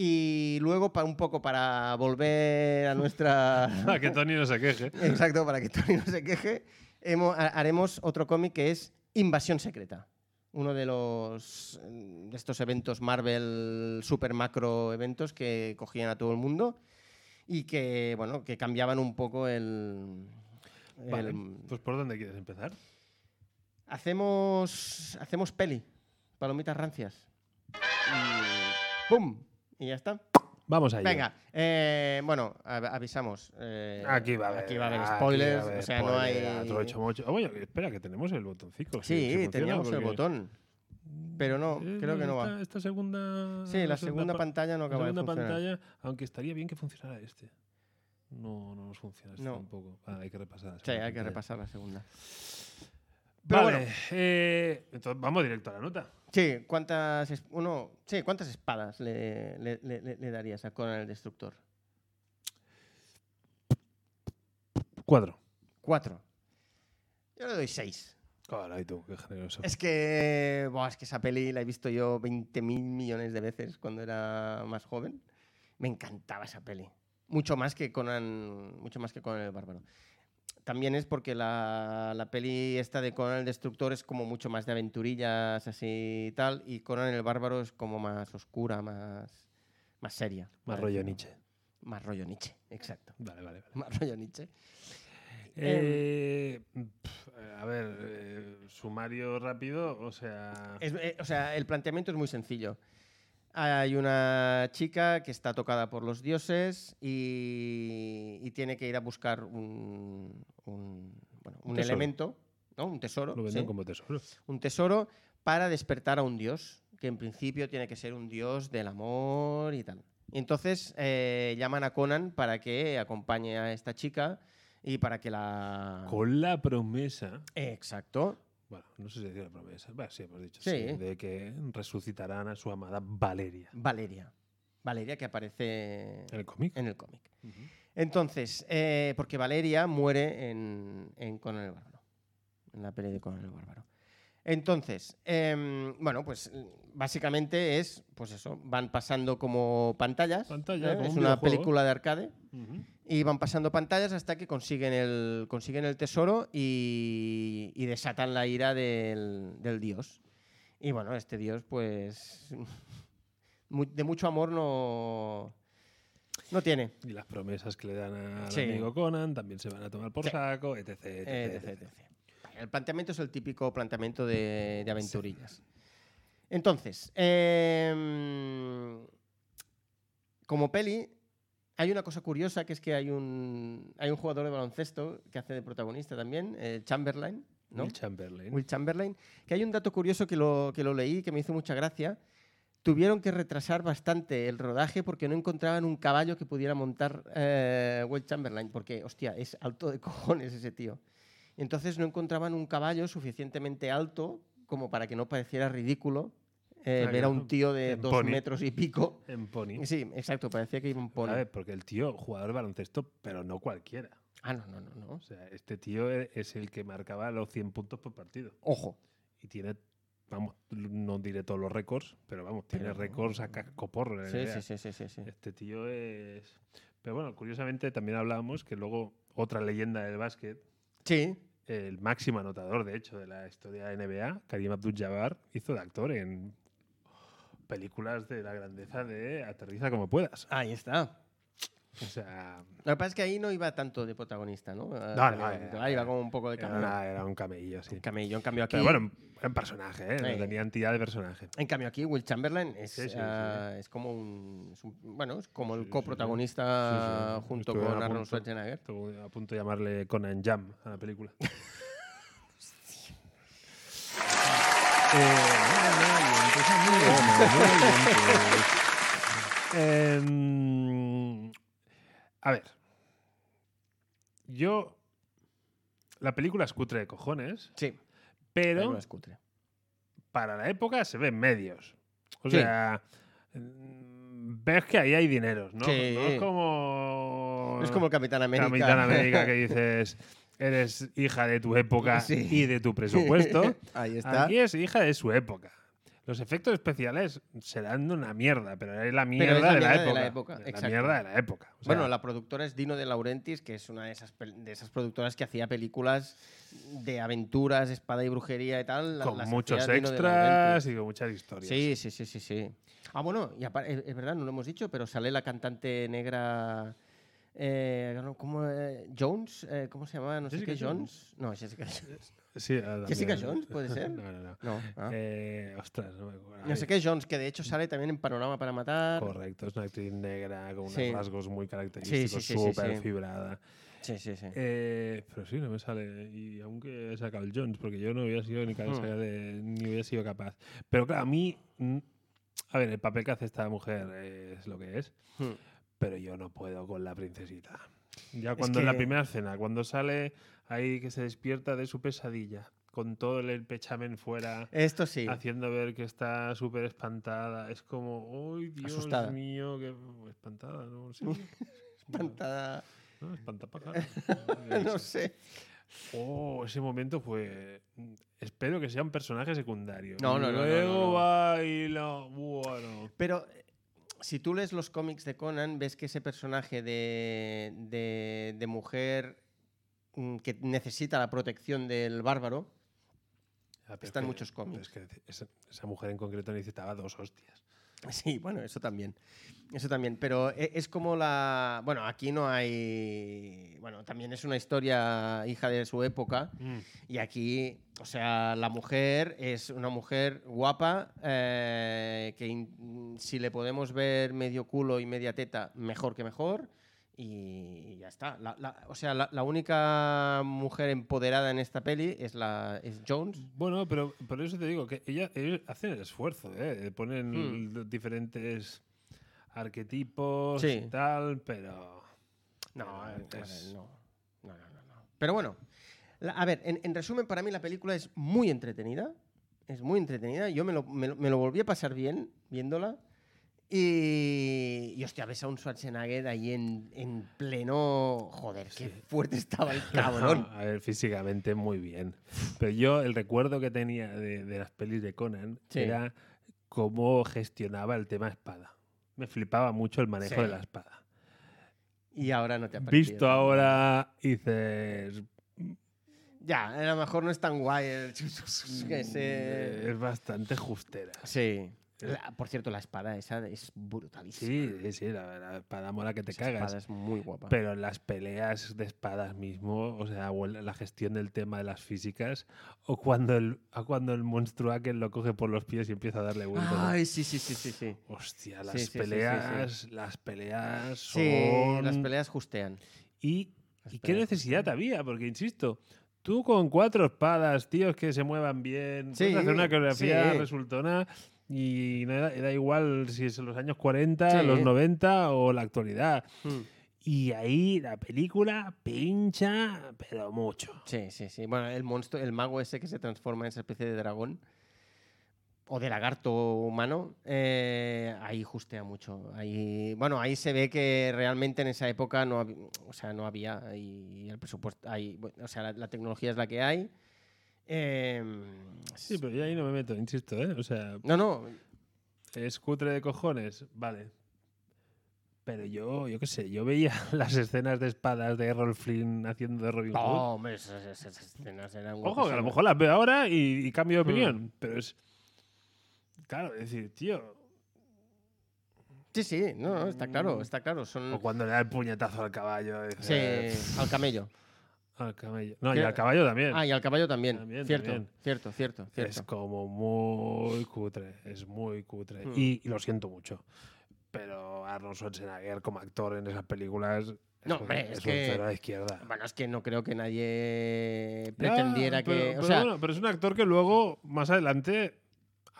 y luego para un poco para volver a nuestra... Ah, que Tony no se queje. *laughs* Exacto, para que Tony no se queje, hemo- ha- haremos otro cómic que es Invasión Secreta. Uno de los mm, de estos eventos Marvel super macro eventos que cogían a todo el mundo y que bueno que cambiaban un poco el, Vale, el- pues ¿por dónde quieres empezar? hacemos hacemos peli palomitas rancias y pum y ya está Vamos allá. Venga, eh, bueno, av- avisamos. eh, Aquí va a haber, Aquí va a haber aquí spoilers, va a haber o sea, no spoiler, hay... otro hecho mocho. Ah, bueno, espera, que tenemos el botoncito. si- si Sí, funciona, teníamos el porque- botón, pero no, Eh, creo que no Esta, va. esta segunda. Sí, la segunda pa- pantalla no la acaba de segunda funcionar. pantalla, aunque estaría bien que funcionara este. No, no nos funciona este No. tampoco. Ah, hay que repasar. la Sí, segunda hay que pantalla. repasar la segunda. Pero Vale, bueno. eh, entonces vamos directo a la nota. Sí, ¿cuántas, es- uno, sí, ¿cuántas espadas le, le- le- le- le darías a Conan el Destructor? Cuatro. Cuatro. Yo le doy seis. Caray, tú, qué generoso. Es que, buah, es que esa peli la he visto yo 20.000 millones de veces cuando era más joven. Me encantaba esa peli. Mucho más que Conan, mucho más que Conan el Bárbaro. También es porque la, la peli esta de Conan el Destructor es como mucho más de aventurillas así y tal, y Conan el Bárbaro es como más oscura, más, más seria. Más parece, rollo ¿no? Nietzsche. Más rollo Nietzsche, exacto. *laughs* Vale, vale, vale. Más rollo Nietzsche. Em. Eh, pf, eh, a ver, eh, sumario rápido, o sea. Es- eh, o sea, el planteamiento es muy sencillo. Hay una chica que está tocada por los dioses y, y tiene que ir a buscar un, un- bueno, un Un tesoro. elemento, ¿no? un tesoro, Lo venden sí, como tesoro. un tesoro para despertar a un dios, que en principio tiene que ser un dios del amor y tal. Y entonces eh, llaman a Conan para que acompañe a esta chica y para que la... Ah. Con la promesa. Exacto. Bueno, no sé si decía la promesa. Bueno, sí, hemos dicho. Sí. Sí. De que resucitarán a su amada Valeria. Valeria. Valeria que aparece En el cómic. en el cómic. Ujú. Entonces, eh, porque Valeria muere en, en Conan el Bárbaro. en la peli de Conan el Bárbaro. Entonces, em, bueno, pues básicamente es, pues eso, van pasando como pantallas. ¿eh? Pantalla, como es un una videojuego. película de arcade. Ujú. Y van pasando pantallas hasta que consiguen el, consiguen el tesoro y, y desatan la ira del, del dios. Y bueno, este dios, pues. *laughs* mu- de mucho amor no. No tiene. Y las promesas que le dan al Sí. amigo Conan también se van a tomar por Sí. saco, etc. etc, etc, etc. El planteamiento es el típico planteamiento de, de aventurillas. Entonces, em, como peli, hay una cosa curiosa que es que hay un, hay un jugador de baloncesto que hace de protagonista también, eh, Chamberlain, ¿no? Will Chamberlain. Will Chamberlain, que hay un dato curioso que lo, que lo leí que me hizo mucha gracia. Tuvieron que retrasar bastante el rodaje porque no encontraban un caballo que pudiera montar eh, Will Chamberlain, porque, hostia, es alto de *laughs* cojones ese tío. Entonces no encontraban un caballo suficientemente alto como para que no pareciera ridículo eh, Ah, ver a claro, un tío de en dos pony. metros y pico. En Pony. Sí, exacto, parecía que iba un pony. A ver, porque el tío, jugador de baloncesto, pero no cualquiera. Ah, no, no, no, no. O sea, este tío e- es el que marcaba los 100 puntos por partido. Ojo, Y tiene, vamos, no diré todos los récords, pero vamos, tiene Pero- récords a cascoporro. en la sí, NBA. sí, sí, sí, sí, sí. Este tío es... Pero bueno, curiosamente también hablábamos que luego otra leyenda del básquet, Sí, el máximo anotador, de hecho, de la historia de NBA, Karim Abdul-Jabbar, hizo de actor en películas de la grandeza de Aterriza como puedas. ahí está. O sea, Lo que pasa es que ahí no iba tanto de protagonista, ¿no? Ah, no, iba- era- ah, iba como un poco de era, camello. una- era un camello, sí. Camello, en cambio aquí. Pero bueno, en personaje, ¿eh? No Sí. tenía entidad de personaje. En cambio aquí Will Chamberlain es, Sí, sí, sí, ah, es como un, es un- bueno, es como Sí, el sí, coprotagonista Sí, sí. junto Estuve con a Arnold punto- Schwarzenegger. estuve a punto de llamarle Conan Jam a la *laughs* película. Eh, Eh, Em, a ver. Yo. La película es cutre de cojones, Sí, pero pero es cutre. para la época se ven medios. O Sí. sea, mm, ves que ahí hay dineros, ¿no? Sí. No es como. No es como el Capitán América. Ah. Capitán América que dices, eres hija de tu época Sí. y de tu *laughs* presupuesto. *laughs* ahí está. Aquí es hija de su época. Los efectos especiales serán una mierda, pero es la mierda, es la de, la mierda de época. la época, Es exacto. mierda de la época. O sea, bueno, la productora es Dino de Laurentiis, que es una de esas, pel- de esas productoras que hacía películas de aventuras, espada y brujería y tal. la- con las muchos hacía Dino de extras Laurentiis. y con muchas historias. Sí, sí, sí, sí, sí. Ah, bueno, y apar- es es verdad, no lo hemos dicho, pero sale la cantante negra. eh, no, ¿Cómo? eh, ¿Jones? eh, ¿Cómo se llamaba? No sé Jessica qué, Jones. No, Jessica Jones. Sí, ah, ¿Jessica también. Jones, puede ser? No, no, no. No, ah. Eh, ostras, no me acuerdo. no sé qué Jones, que de hecho sale también en Panorama para Matar. Correcto, es una actriz negra con unos Sí. rasgos muy característicos, súper sí, sí, sí. fibrada. Sí, sí, sí. Eh, pero sí, no me sale. Y aunque he sacado el Jones, porque yo no hubiera sido ni, capaz Hmm. de- ni hubiera sido capaz. Pero claro, a mí. mm, A ver, el papel que hace esta mujer es lo que es. Hmm. Pero yo no puedo con la princesita. Ya cuando en la que- primera escena, cuando sale ahí que se despierta de su pesadilla, con todo el pechamen fuera, Esto sí. haciendo ver que está súper espantada. Es como, uy, Dios Asustada. mío, que espantada, ¿no? *laughs* Sí. *laughs* Espantada. No, espantapájaros. *laughs* No sé. Oh, ese momento fue. mm, Espero que sea un personaje secundario. No, no, no, no, Luego no, no. va y lo- Bueno. Pero eh, si tú lees los cómics de Conan, ves que ese personaje de, de- de mujer mm, que necesita la protección del bárbaro, Ah, pero es Están que- muchos pero cómics. es que esa, esa mujer en concreto necesitaba dos hostias. Sí, bueno, eso también. Eso también. Pero e- es como la. Bueno, aquí no hay. Bueno, también es una historia hija de su época. Y aquí, o sea, la mujer es una mujer guapa. eh, que in- si le podemos ver medio culo y media teta, mejor que mejor. Y ya está. La- la- o sea, la, la única mujer empoderada en esta peli es, la, es Jones. Bueno, pero por eso te digo que ella, ellos hacen el esfuerzo, ¿eh? Ponen los diferentes arquetipos Mm. Sí. y tal, pero. No, Pero eh, a ver, es- no. No, no, no, no. Pero bueno, la- a ver, en, en resumen, para mí la película es muy entretenida. Es muy entretenida. Yo me lo, me lo- me lo volví a pasar bien viéndola. Y, y hostia, ves a un Schwarzenegger ahí en, en pleno. Joder, qué fuerte *laughs* estaba el cabrón. A ver, físicamente muy bien. Pero yo el recuerdo que tenía de, de las pelis de Conan Sí. era cómo gestionaba el tema espada. Me flipaba mucho el manejo Sí. de la espada. Y ahora no te ha parecido Visto tan- ahora, dices... Ya, a lo mejor no es tan guay. el *laughs* que se- "Mm, Es bastante justera. Sí. La- por cierto, la espada esa es brutalísima. Eh. Sí, sí, sí, la, la espada mola que te Esa cagas. espada es muy guapa. Pero en las peleas de espadas mismo, o sea, o el- la gestión del tema de las físicas, o cuando el, a cuando el monstruo aquel lo coge por los pies y empieza a darle vueltas. Ay, sí, sí, sí, sí, sí. Hostia, Sí, las sí, sí, sí, sí. peleas, las peleas son... Sí, las peleas justean. Y, Las ¿y qué peleas necesidad había? Porque, insisto, tú con cuatro espadas, tíos que se muevan bien, Sí, puedes hacer una coreografía sí. resultona y no da, da igual si es en los años 40, Sí. los 90 o la actualidad. Mm. Y ahí la película pincha, pero mucho. Sí, sí, sí. Bueno, el monstruo, el mago ese que se transforma en esa especie de dragón o de lagarto humano, eh, ahí justea mucho. Ahí, bueno, ahí se ve que realmente en esa época no, hab- o sea, no había ahí el presupuesto, ahí, bueno, o sea, la, la tecnología es la que hay. Eh, Sí, pero yo ahí no me meto, insisto, ¿eh? O sea, No, no. es cutre de cojones, vale. Pero yo, yo qué sé, yo veía *laughs* las escenas de espadas de Errol Flynn haciendo de Robin Hood. No, hombre, esas, esas- esas escenas eran Ojo, que a guapísimas. lo mejor las veo ahora y, y cambio de Hmm. opinión. Pero es. Claro, es decir, tío. Sí, sí, no, no, está Mm. claro, está claro. O Son. cuando le da el puñetazo al caballo. Hmm. Sí, dices, al camello. Al caballo. No, y Que- al caballo también. Ah, y al caballo también. También, cierto, también. cierto, cierto, cierto. es como muy cutre. Es muy cutre. Hmm. Y, y lo siento mucho. Pero Arnold Schwarzenegger como actor en esas películas. es No, un- hombre, es un que- cero a la izquierda. Bueno, es que no creo que nadie Ya, pretendiera pero- que. Pero, o sea, bueno, pero es un actor que luego, más adelante.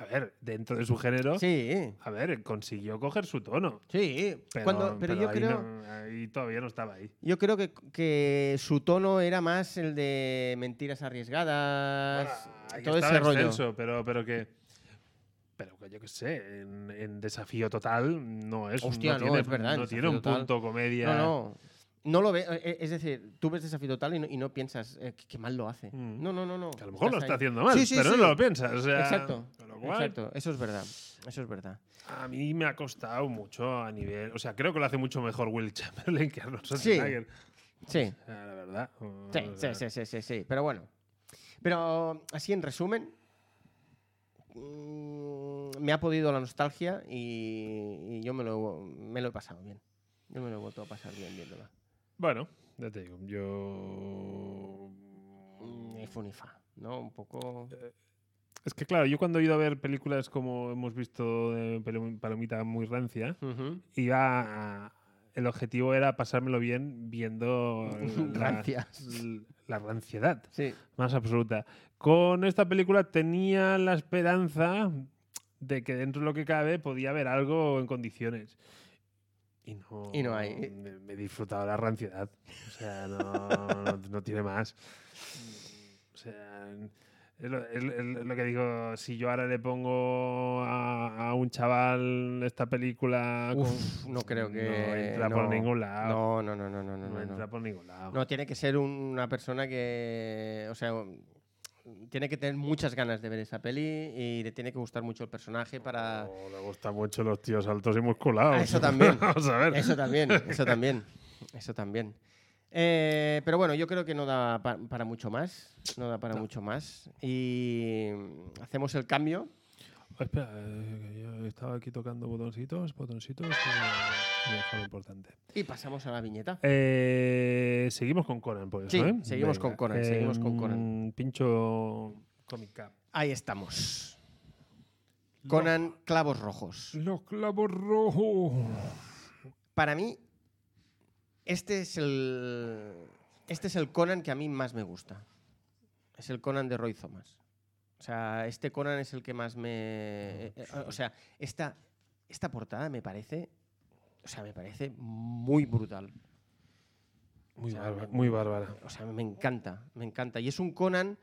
A ver, dentro de su género. sí, A ver, consiguió coger su tono. sí. Pero, Cuando- pero pero yo ahí creo, no- ahí todavía no estaba ahí. yo creo que, que su tono era más el de mentiras arriesgadas, Bueno, ahí todo estaba ese rollo. extenso, pero, pero que. Pero que yo qué sé, en, en desafío total no es. Hostia, no, tiene, es verdad, en No tiene Desafío un Total. punto comedia. No, no. No lo ve, eh, es decir, tú ves desafío total y no, y no piensas eh, qué qué mal lo hace. Mm. No, no, no, no. Que a lo mejor lo Estás está ahí. haciendo mal, Sí, sí, pero sí. no lo piensas. o sea, Exacto, con lo cual, exacto, eso es verdad, eso es verdad. a mí me ha costado mucho a nivel. O sea, creo que lo hace mucho mejor Will Chamberlain que Arnold Sí. Schwarzenegger. Sí. O sea, Ah, la verdad. o Sí, sí, sea, sí, sí, sí, sí. Pero bueno. Pero así en resumen, mm, me ha podido la nostalgia y, y yo me lo, me lo he pasado bien. Yo me lo he vuelto a pasar bien viéndola. Bueno, ya te digo, yo. Mm, Eh, Y Funifa, ¿no? Un poco. Es que claro, yo cuando he ido a ver películas como hemos visto de Pelu- Palomita muy rancia, Ujú. iba a- el objetivo era pasármelo bien viendo la, *laughs* Rancias. l- la ranciedad Sí. más absoluta. Con esta película tenía la esperanza de que dentro de lo que cabe podía haber algo en condiciones. Y no, Y no hay. Me, me he disfrutado la ranciedad. O sea, no, no- no tiene más. O sea, es lo, es lo- es lo que digo, si yo ahora le pongo a, a un chaval esta película... con- Uf, no creo que. No entra por no. ningún lado. No, no, no, no, ah, no, no. No, no, no. entra por ningún lado. No, tiene que ser una persona que. O sea. Tiene que tener muchas ganas de ver esa peli y le tiene que gustar mucho el personaje para. No, le gustan mucho los tíos altos y musculados. Ah, eso también. *laughs* Vamos a ver. Eso también, eso también, eso también. Eh, pero bueno, yo creo que no da pa- para mucho más, no da para mucho más. Y mm, hacemos el cambio. Oh, espera, eh, que yo estaba aquí tocando botoncitos, botoncitos. Y me he dejado lo importante. Y pasamos a la viñeta. Eh, seguimos con Conan, por eso, Sí, ¿eh? seguimos con Conan, seguimos con Conan. mm, Pincho Comic Cap. Ahí estamos. Conan Clavos Rojos. Los clavos rojos. Para mí, este es el. Este es el Conan que a mí más me gusta. Es el Conan de Roy Thomas. O sea, este Conan es el que más me. eh, eh, O sea, esta, esta portada me parece. O sea, me parece muy brutal. Muy, O sea, bárbara, me- muy bárbara. O sea, me encanta, me encanta. Y es un Conan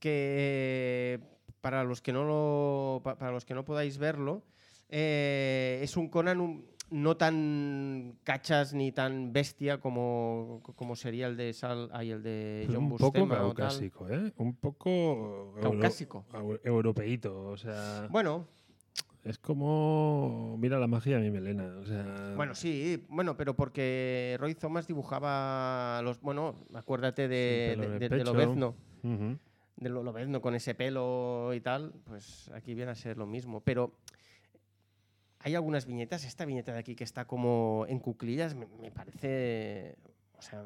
que para los que no lo, pa- para los que no podáis verlo, eh, es un Conan un- no tan cachas ni tan bestia como, como sería el de Sal, ay, el de Eh, John un poco Buscema o tal. caucásico, ¿eh? Un poco. euro- Caucásico. au- europeíto, o sea. Bueno, Es como. Mira la magia de mi melena. O sea, bueno, sí, bueno, pero porque Roy Thomas dibujaba los, bueno, acuérdate de, Sin pelo en de, el de- de pecho. Lobezno, ujú. de Lo- Lobezno con ese pelo y tal, pues aquí viene a ser lo mismo, pero hay algunas viñetas, esta viñeta de aquí que está como en cuclillas me, me parece, o sea,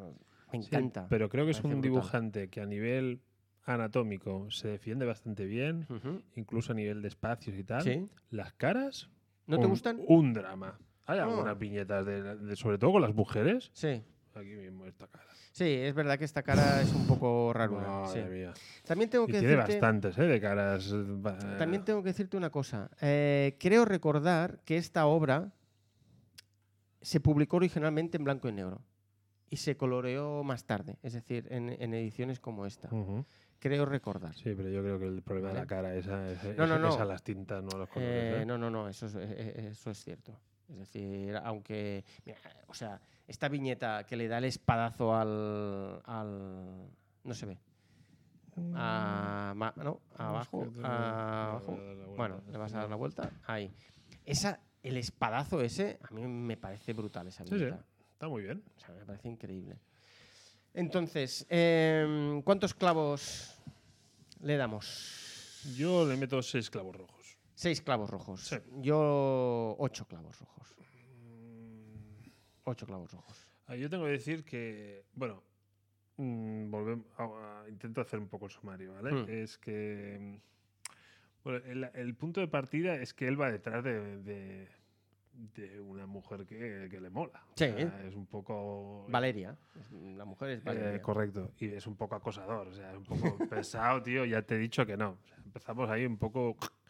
me Sí, encanta. pero creo que es Parece un brutal. dibujante que a nivel anatómico se defiende bastante bien, Ujú. incluso a nivel de espacios y tal. Sí. Las caras. ¿No te un- gustan? Un drama. Hay Ah. algunas viñetas, de, de- sobre todo con las mujeres. Sí. Aquí mismo esta cara. Sí, es verdad que esta cara es un poco raruna. Madre sí. mía. También tengo Y que tiene decirte- bastantes, ¿eh? De caras. eh, También tengo que decirte una cosa. Eh, creo recordar que esta obra se publicó originalmente en blanco y negro y se coloreó más tarde, es decir, en, en ediciones como esta. Ujú. Creo recordar. Mm. Sí, pero yo creo que el problema de la Vale. cara esa es, No, no, es- no. es a las tintas, no a los colores. Eh, ¿eh? no, no, no, eso es, eh, eh, eso es cierto. Es decir, aunque, mira, o sea, esta viñeta que le da el espadazo al, al- no se ve, Mm. a, ma- no, abajo, abajo, Bueno, le vas a dar la vuelta. Ahí. Esa, el espadazo ese, a mí me parece brutal esa Sí, sí. habilidad. Está muy bien. O sea, me parece increíble. Entonces, em, ¿cuántos clavos le damos? Yo le meto seis clavos rojos. Seis clavos rojos. Sí. Yo, ocho clavos rojos. Ocho clavos rojos. Ah, Yo tengo que decir que, bueno, mm, volvem- a- a- intento hacer un poco el sumario, ¿vale? Mm. Es que, mm, bueno, el, el punto de partida es que él va detrás de, de- de una mujer que, que le mola. O Sí. sea, es un poco... Valeria. es- La mujer es eh, Valeria. correcto. Y es un poco acosador, o sea, es un poco *laughs* pesado, tío. Ya te he dicho que no. O sea, empezamos ahí un poco... *laughs*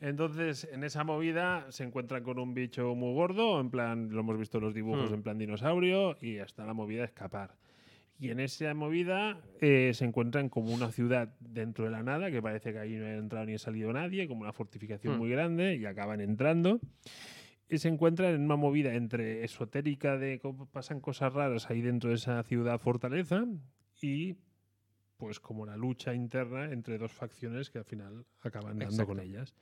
Entonces, en esa movida se encuentran con un bicho muy gordo, en plan, lo hemos visto en los dibujos, Hmm. en plan dinosaurio, y hasta la movida de escapar. Y en esa movida eh, se encuentran como una ciudad dentro de la nada, que parece que ahí no ha entrado ni ha salido nadie, como una fortificación Hmm. muy grande, y acaban entrando. Y se encuentran en una movida entre esotérica de cómo pasan cosas raras ahí dentro de esa ciudad fortaleza y pues como la lucha interna entre dos facciones que al final acaban dando Exacto. con ellas.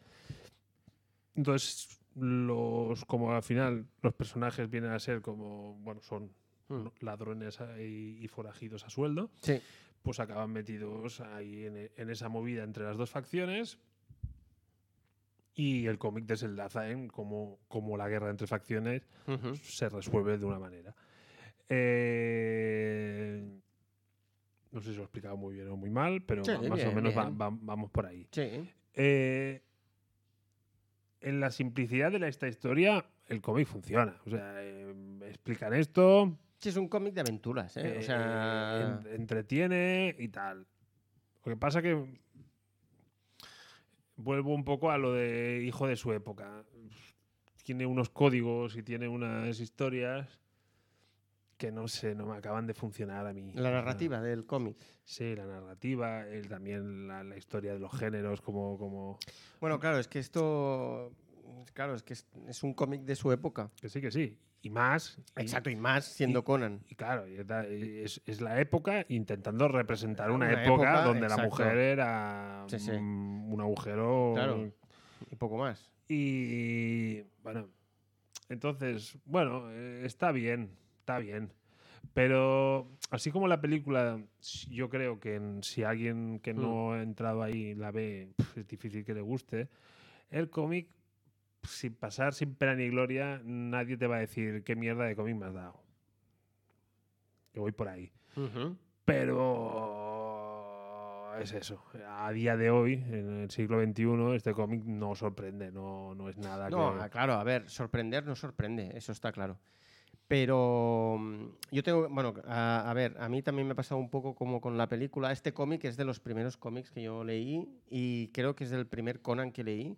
Entonces, los como al final los personajes vienen a ser como, bueno, son Mm. ¿no? ladrones a- y, y forajidos a sueldo, Sí. pues acaban metidos ahí en, e- en esa movida entre las dos facciones. Y el cómic desenlaza en cómo, cómo la guerra entre facciones Ujú. se resuelve de una manera. Eh, no sé si lo he explicado muy bien o muy mal, pero Sí, va- más o bien, menos va- bien. va- vamos por ahí. Sí. Eh, en la simplicidad de la- esta historia, el cómic funciona. O sea, eh, explican esto, Sí, es un cómic de aventuras, ¿eh? eh, o sea, en- entretiene y tal. Lo que pasa que vuelvo un poco a lo de hijo de su época. Tiene unos códigos y tiene unas historias que no sé, no me acaban de funcionar a mí. la narrativa del cómic. Sí, la narrativa, el- también la, la historia de los géneros, como, como... Bueno, claro, es que esto. Claro, es que es, es un cómic de su época. Que sí, que sí. Y más. y- y más siendo Conan. Y claro, y es, da- y es- es la época intentando representar una, Eh, Una época, época, donde la exacto. mujer era Sí, sí. mm, un agujero. Claro. Y poco más. Y bueno, entonces, bueno, eh, está bien, está bien. Pero así como la película, s- yo creo que en- si alguien que no ha entrado ahí la ve, pf, es difícil que le guste. El cómic, sin pasar, sin pena ni gloria, nadie te va a decir qué mierda de cómic me has dado. Yo voy por ahí. Pero es eso. A día de hoy, en el siglo XXI, este cómic no sorprende, no, no es nada No, que... ah, claro, a ver, sorprender no sorprende, eso está claro. Pero mm, yo tengo, bueno, a, a ver, a mí también me ha pasado un poco como con la película. Este cómic es de los primeros cómics que yo leí y creo que es del primer Conan que leí.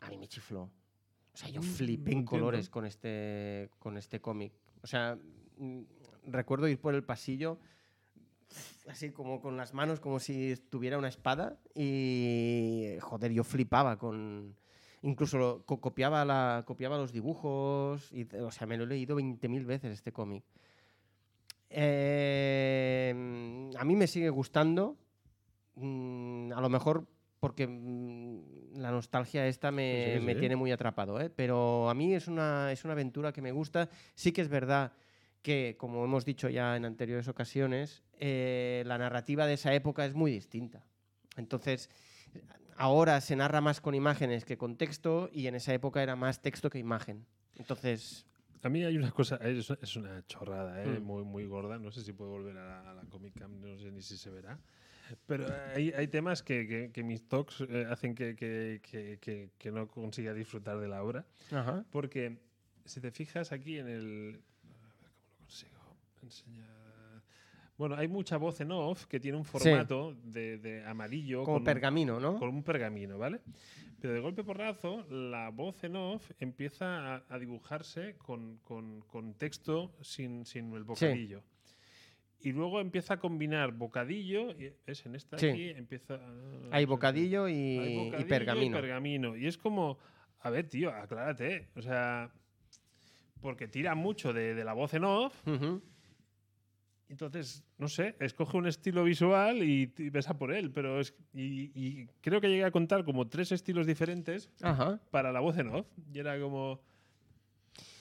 A mí me chifló. O sea, yo Mm, flipé lo en entiendo. colores con este, con este cómic. O sea, mm, recuerdo ir por el pasillo así como con las manos como si tuviera una espada y joder, yo flipaba con... Incluso lo- co- copiaba, la, copiaba los dibujos. Y, o sea, me lo he leído 20.000 veces este cómic. Eh, a mí me sigue gustando. mm, a lo mejor porque mm, la nostalgia esta me, Pues Sí, sí, me sí. tiene muy atrapado. ¿eh? Pero a mí es una, es una aventura que me gusta. Sí que es verdad que, como hemos dicho ya en anteriores ocasiones, eh, la narrativa de esa época es muy distinta. Entonces, ahora se narra más con imágenes que con texto y en esa época era más texto que imagen. Entonces, A mí hay unas cosas, es es una chorrada, ¿eh? Mm. muy, muy gorda. No sé si puedo volver a la, a la Comic Cam, no sé ni si se verá. Pero hay, hay temas que, que- que mis talks eh, hacen que, que- que- que- que no consiga disfrutar de la obra. Porque si te fijas aquí en el. A ver cómo lo consigo. Enseñar. Bueno, hay mucha voz en off que tiene un formato de, de amarillo. como con un- pergamino, ¿no? con un pergamino, ¿vale? Pero de golpe porrazo, la voz en off empieza a, a dibujarse con, con- con texto sin, sin el bocadillo. Y luego empieza a combinar bocadillo, y es en esta Sí. aquí, empieza... ah, Hay sí, sí. bocadillo y, Hay y bocadillo pergamino. Y pergamino. Y es como, a ver, tío, aclárate. O sea, porque tira mucho de, de la voz en off, Ujú. entonces, no sé, escoge un estilo visual y, t- y ves a por él, pero es. Y, y creo que llegué a contar como tres estilos diferentes Ajá. para la voz en off. Y era como.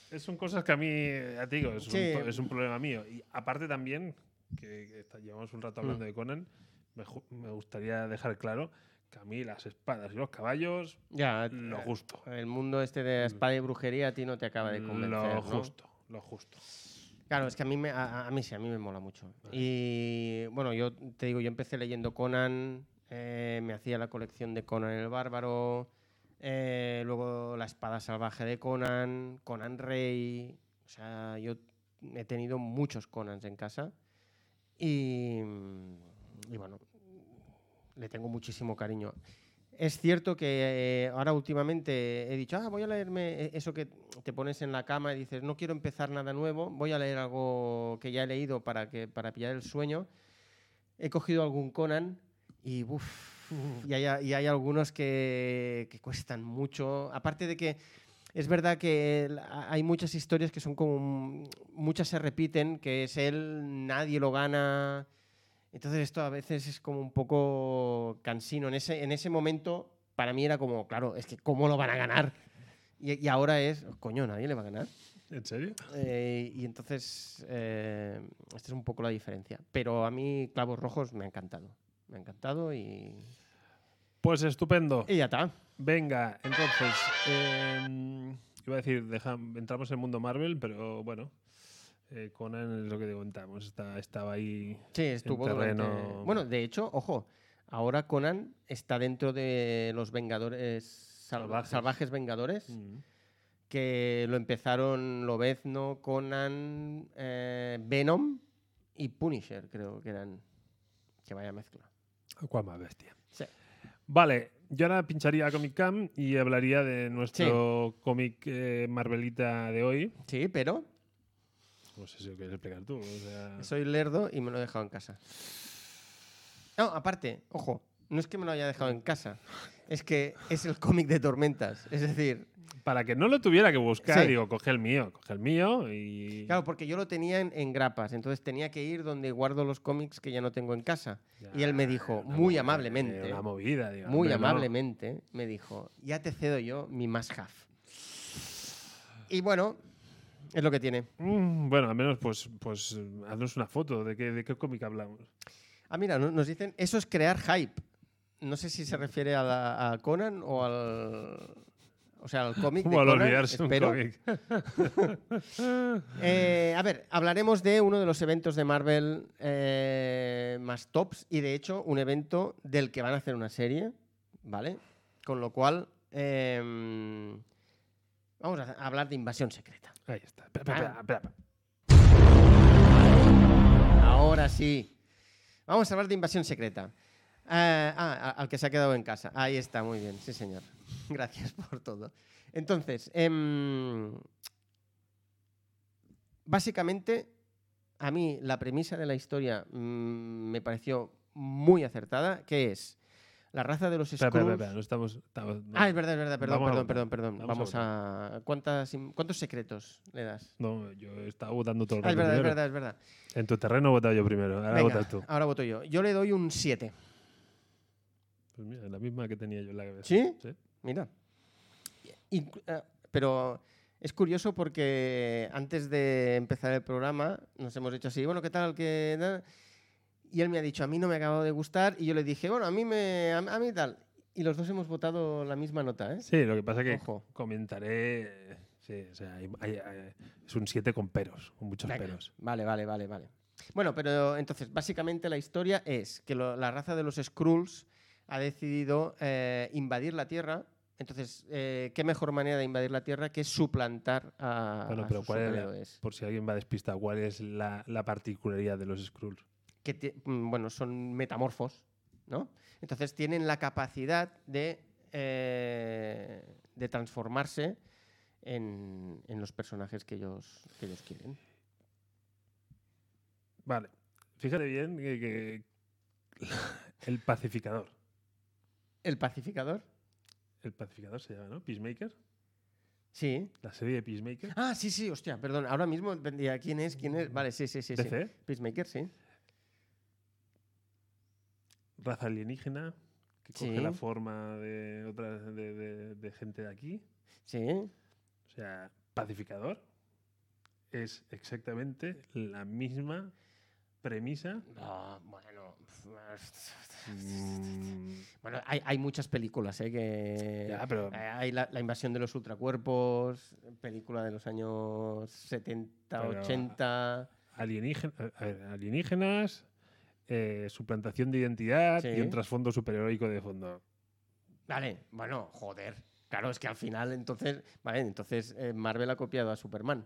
es- Son cosas que a mí, eh, ya te digo, es, Sí. un, pro- es un problema mío. Y aparte también, que que está- llevamos un rato hablando Mm. de Conan, me, ju- me gustaría dejar claro que a mí las espadas y los caballos, Ya. lo eh, justo. El mundo este de espada y brujería a ti no te acaba de convencer. Lo ¿no? justo, lo justo. Claro, es que a mí, me, a, a- a mí sí, a mí me mola mucho. Vale. Y bueno, yo te digo, yo empecé leyendo Conan, eh, me hacía la colección de Conan el Bárbaro, eh, luego La Espada Salvaje de Conan, Conan Rey. O sea, yo he tenido muchos Conans en casa. Y, y bueno, le tengo muchísimo cariño. Es cierto que eh, ahora últimamente he dicho, ah, voy a leerme eh, eso que te pones en la cama y dices, no quiero empezar nada nuevo, voy a leer algo que ya he leído para, que, para pillar el sueño. He cogido algún Conan y, uf, y, hay, y hay algunos que, que cuestan mucho. Aparte de que es verdad que el- a- hay muchas historias que son como... un- Muchas se repiten, que es él, nadie lo gana. Entonces esto a veces es como un poco cansino. En ese, en ese momento para mí era como, claro, es que ¿cómo lo van a ganar? Y, y ahora es, coño, nadie le va a ganar. ¿En serio? Eh, y entonces, eh, esta es un poco la diferencia. Pero a mí Clavos Rojos me ha encantado. Me ha encantado y... Pues estupendo. Y ya está. Venga, entonces. em, iba a decir, deja- entramos en el mundo Marvel, pero bueno. eh, Conan es lo que te contamos. está- estaba ahí. Sí, estuvo durante- terreno- Bueno, de hecho, ojo, ahora Conan está dentro de los Vengadores... sal- Salvajes. salvajes Vengadores. Mm. que lo empezaron Lobezno, Conan, eh, Venom y Punisher, creo que eran. Que vaya mezcla. ¿Cuál más bestia? Sí. Vale, yo ahora pincharía a Comic Cam y hablaría de nuestro cómic eh, Marvelita de hoy. Sí, pero No sé si lo Pues quieres explicar tú. o sea- soy lerdo y me lo he dejado en casa. No, aparte, ojo, no es que me lo haya dejado en casa, es que es el cómic de tormentas. Es decir, para que no lo tuviera que buscar, Sí. digo, coge el mío, coge el mío y. claro, porque yo lo tenía en, en grapas, entonces tenía que ir donde guardo los cómics que ya no tengo en casa. y él me dijo, una muy movida, amablemente, eh, Una movida, digo, muy hombre, no. amablemente me dijo, ya te cedo yo mi más half. Y bueno, es lo que tiene. Mm, bueno, al menos pues, pues eh, haznos una foto de qué, de qué cómic hablamos. Ah, mira, no- nos dicen, eso es crear hype. No sé si se refiere a, la- a Conan o al... O sea, al *laughs* cómic de Como al Conan, olvidarse un espero. cómic. Eh, a ver, hablaremos de uno de los eventos de Marvel eh, más tops y de hecho un evento del que van a hacer una serie, ¿vale? Con lo cual, em, vamos a a hablar de Invasión Secreta. Ahí está. Espera, espera, Ah. espera, espera. Ahora sí. Vamos a hablar de invasión secreta. Eh, ah, a- al que se ha quedado en casa. Ahí está, muy bien, sí señor. *laughs* Gracias por todo. Entonces, em, básicamente, a mí la premisa de la historia mm, me pareció muy acertada, que es La raza de los Espera, espera, espera, Skrulls. espera, no estamos. estamos- no, Ah, es verdad, es verdad, perdón, Vamos a perdón, votar. perdón, perdón. Vamos Vamos a a. ¿Cuántas, im- ¿Cuántos secretos le das? no, yo he estado votando todo el Ah, es rato verdad, es primero. verdad, es verdad. En tu terreno he votado yo primero, ahora Venga, votas tú. ahora voto yo. Yo le doy un 7. Pues mira, la misma que tenía yo en la cabeza. ¿Sí? Mira. Y- eh, pero es curioso porque antes de empezar el programa nos hemos hecho así, bueno, ¿qué tal? ¿Qué tal?". Y él me ha dicho, a mí no me ha acabado de gustar. Y yo le dije, bueno, a mí, me, a, a mí tal. Y los dos hemos votado la misma nota, ¿eh? Sí, lo que pasa que Ojo. comentaré. Sí, o sea, hay- hay- hay- es un 7 con peros, con muchos Venga, peros. Vale, vale, vale, vale. Bueno, pero entonces, básicamente la historia es que lo- la raza de los Skrulls ha decidido eh, invadir la Tierra. Entonces, eh, ¿qué mejor manera de invadir la Tierra que suplantar a, Bueno, a pero sus ¿cuál era? superhéroes? Por si alguien va despistado, ¿cuál es la, la particularidad de los Skrulls? Que ti- mm, bueno, son metamorfos, ¿no? Entonces tienen la capacidad de, eh, de transformarse en, en los personajes que ellos, que ellos quieren. Vale, fíjate bien que, que- *laughs* el pacificador. ¿El pacificador? El pacificador se llama, ¿no? Peacemaker. Sí. La serie de Peacemaker. Ah, sí, sí, hostia, perdón. Ahora mismo entendía quién es, quién es. Vale, sí, sí, sí. sí. DC, Peacemaker, sí. raza alienígena, que coge Sí. la forma de otra de, de- de gente de aquí. Sí. O sea, pacificador es exactamente la misma premisa. No, bueno. Mm, Bueno, hay, hay muchas películas, ¿eh? Que... Ya, pero- eh, Hay la, la invasión de los ultracuerpos, película de los años 70, Pero- 80. alienígen- a ver, alienígenas, eh, suplantación de identidad Sí. y un trasfondo superheroico de fondo. Vale, bueno, joder. Claro, es que al final, entonces. Vale, entonces eh, Marvel ha copiado a Superman.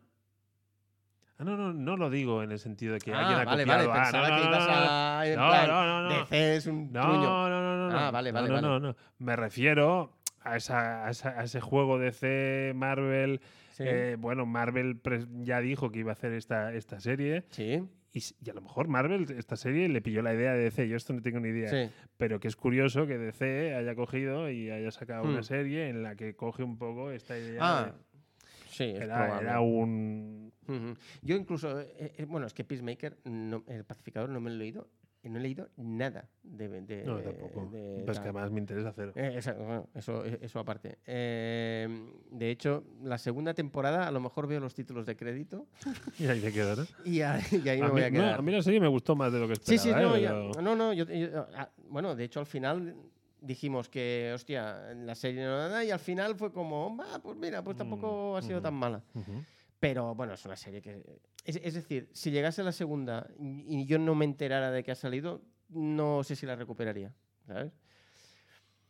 Ah, no, no, no lo digo en el sentido de que ah, alguien ha vale, copiado. vale, Ah, pensaba no, no, que no, ibas no, no. a. en No, plan, no, no, no. DC es un No, truño. no, no, no, no. Ah, vale, vale, No, no, vale. no, no. Me refiero a, esa- a esa- a ese juego DC, Marvel. Sí. eh, bueno, Marvel pres- ya dijo que iba a hacer esta, esta serie. Sí, Y, s- y a lo mejor Marvel, esta serie, le pilló la idea de DC. Yo esto no tengo ni idea. sí. Pero que es curioso que DC haya cogido y haya sacado Hmm. una serie en la que coge un poco esta idea. Ah, de- sí, es era, probable. era un. Ujú. Yo incluso, eh, eh, bueno, es que Peacemaker, no- el pacificador no me lo he leído, y no he leído nada de... de- No, de- tampoco. Eh, de pues tal. que además me interesa cero. Eh, esa- bueno, eso, eh, eso aparte. Eh, de hecho, la segunda temporada a lo mejor veo los títulos de crédito *laughs* Y ahí se queda, ¿no? y, a- y ahí me a, voy mí, a no, quedar. a mí la serie me gustó más de lo que Sí, esperaba. sí, no, ¿eh? yo- Pero- no, no, yo- yo- ah, bueno, de hecho al final dijimos que, hostia, la serie no nada y al final fue como, "Bah, pues mira, pues tampoco Mm, ha sido ujú. tan mala. Ujú. Pero bueno, es una serie que. Es, es decir, si llegase la segunda y y yo no me enterara de que ha salido, no sé si la recuperaría. ¿Sabes?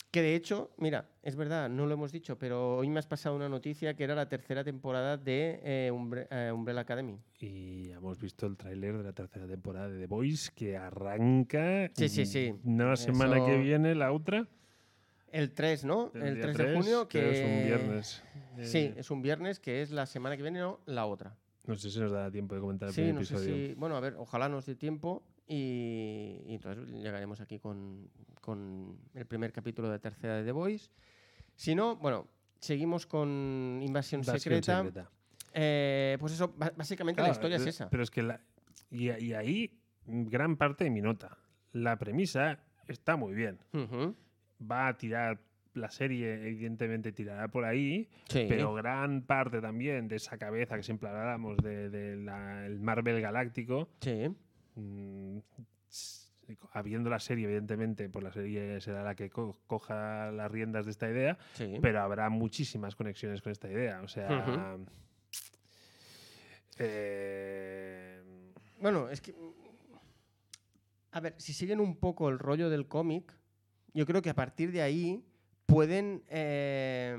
Que de hecho, mira, es verdad, no lo hemos dicho, pero hoy me has pasado una noticia que era la tercera temporada de eh, Umbre- eh, Umbrella Academy. Y hemos visto el tráiler de la tercera temporada de The Voice que arranca. Sí, sí, sí. No la semana que Eso- viene, la otra. El 3, ¿no? El, día 3, de junio, que. es un viernes. Eh, Sí, es un viernes, que es la semana que viene, no, la otra. No sé si nos dará tiempo de comentar el Sí, primer no sé episodio. si. Bueno, a ver, ojalá nos dé tiempo y, y entonces llegaremos aquí con, con el primer capítulo de tercera de The Voice. Si no, bueno, seguimos con Invasión Invasión Secreta. secreta. Eh, pues eso, ba- básicamente la Claro, historia es eh, esa. Pero es que la- y, y ahí gran parte de mi nota. La premisa está muy bien. Ujú. Va a tirar la serie, evidentemente tirará por ahí, Sí. pero gran parte también de esa cabeza que siempre hablábamos del de, la- el Marvel Galáctico, Sí. mm, s- habiendo la serie, evidentemente, pues la serie será la que co- coja las riendas de esta idea, Sí. pero habrá muchísimas conexiones con esta idea. O sea. Ujú. eh, Bueno, es que. A ver, si siguen un poco el rollo del cómic, yo creo que a partir de ahí pueden. eh,